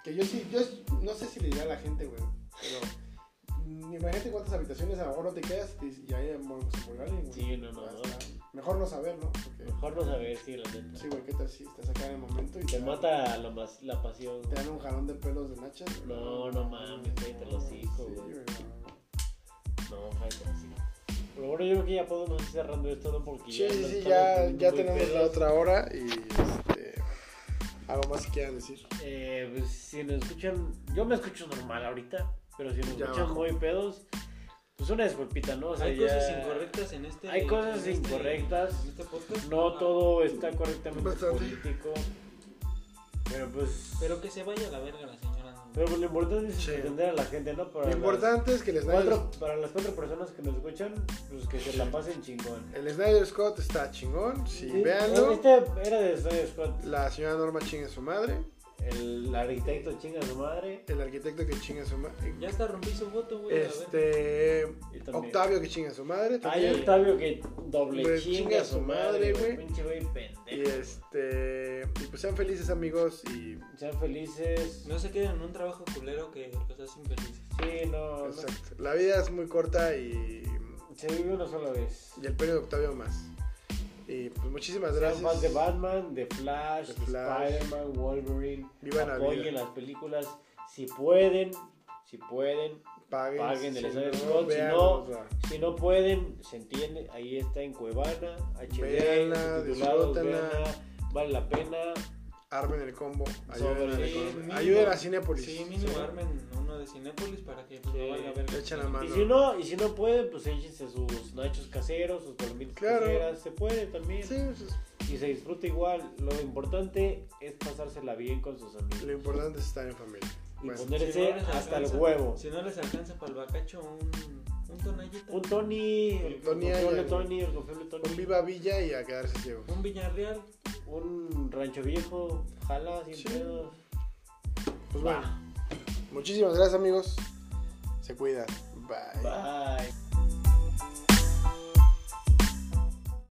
Que yo sí, yo s- no sé si le diré a la gente, güey, pero mm, imagínate cuántas habitaciones a lo mejor no te quedas y, y ahí mo- se murió alguien, güey.
Sí, no, no,
Ya
no.
está. Mejor no saber, ¿no? Porque,
Mejor no saber, sí, la neta.
sí, güey, ¿qué tal si estás acá en el momento y
Te
dan-
mata la, mas- la pasión.
Te dan un jalón de pelos de nachas. güey?
No, no mames, güey, te lo hocico,
Sí,
güey.
güey.
No, falta así. Pero bueno, yo creo que ya podemos ir cerrando esto, ¿no? Porque
Sí, sí,
nos
sí,
estamos
ya,
poniendo
ya
muy
tenemos la
pedos.
otra hora y este, algo más que quieran decir.
Eh, pues si nos escuchan, yo me escucho normal ahorita, pero si nos
Ya
escuchan
bajó.
muy pedos, pues una disculpita, ¿no? O sea,
hay
ya-
cosas incorrectas en este.
Hay cosas
en este-
incorrectas.
en este podcast.
No
Ah,
todo está correctamente
Bastante.
político. Pero pues.
Pero que se vaya a la verga la señora. ¿no?
pero, pues, lo importante es
Sí.
entender a la gente, ¿no? Para
Lo
las
importante es que les da
cuatro- para las cuatro personas que nos escuchan, pues que se la pasen chingón.
El Snyder Scott está chingón, sí,
Sí,
véanlo.
Este era de Snyder Scott.
La señora Norma chinga a su madre.
El arquitecto chinga a su madre.
El arquitecto que chinga a su madre.
Ya hasta rompí su voto, güey. a la verga.
Este.
Y también-
Octavio que chinga a su madre.
Hay
También.
Octavio que doble
Güey,
chinga, a su madre, güey. Pinche güey
Y
pendejo.
este. Y pues sean felices, amigos. Y.
Sean felices.
No se queden en un trabajo culero que los hace infelices.
Sí, no, no.
Exacto. La vida es muy corta y.
Se vive una sola vez.
Y el premio de Octavio más. Y Y pues muchísimas
Sean fans de
gracias.
Batman, de Flash,
De
de
Flash.
Spider-Man, Wolverine.
Vivan la vida.
apoyen las películas. Si pueden, si pueden.
Paguen.
Paguen el Snyder
si
Cut, si
vean,
no-
o sea,
Si no pueden, se entiende. Ahí está en Cuevana, HD,
Véanla,
subtitulados,
disfrútenla.
véanla, Vale la pena.
armen el combo. Ayuden,
Sobre-
al
Sí,
economía.
mínimo.
Ayuden a Cinepolis.
Sí, mínimo armen uno de Cinépolis para que pues,
Sí.
no valga verga.
Le echen la mano.
Y si no, y si no pueden, pues échense sus nachos caseros, sus palomitas
Claro.
caseras. Se puede también.
Sí, pues, eso es-
Y se disfruta igual. Lo importante es pasársela bien con sus
lo
amigos.
importante es estar en familia.
Y
Bueno,
ponerse
Si no les
hasta el
alcanza-
huevo.
Si no les alcanza para el bacacho un, un tonallito.
Un Tony, el
Tony
confiable
Allen.
Tony, el confiable Tony.
un viva Villa y a quedarse ciego.
Un Villarreal.
Un rancho viejo, jala, sin
Sí.
pedo.
Pues bueno, muchísimas gracias, amigos. Se cuidan. Bye.
Bye.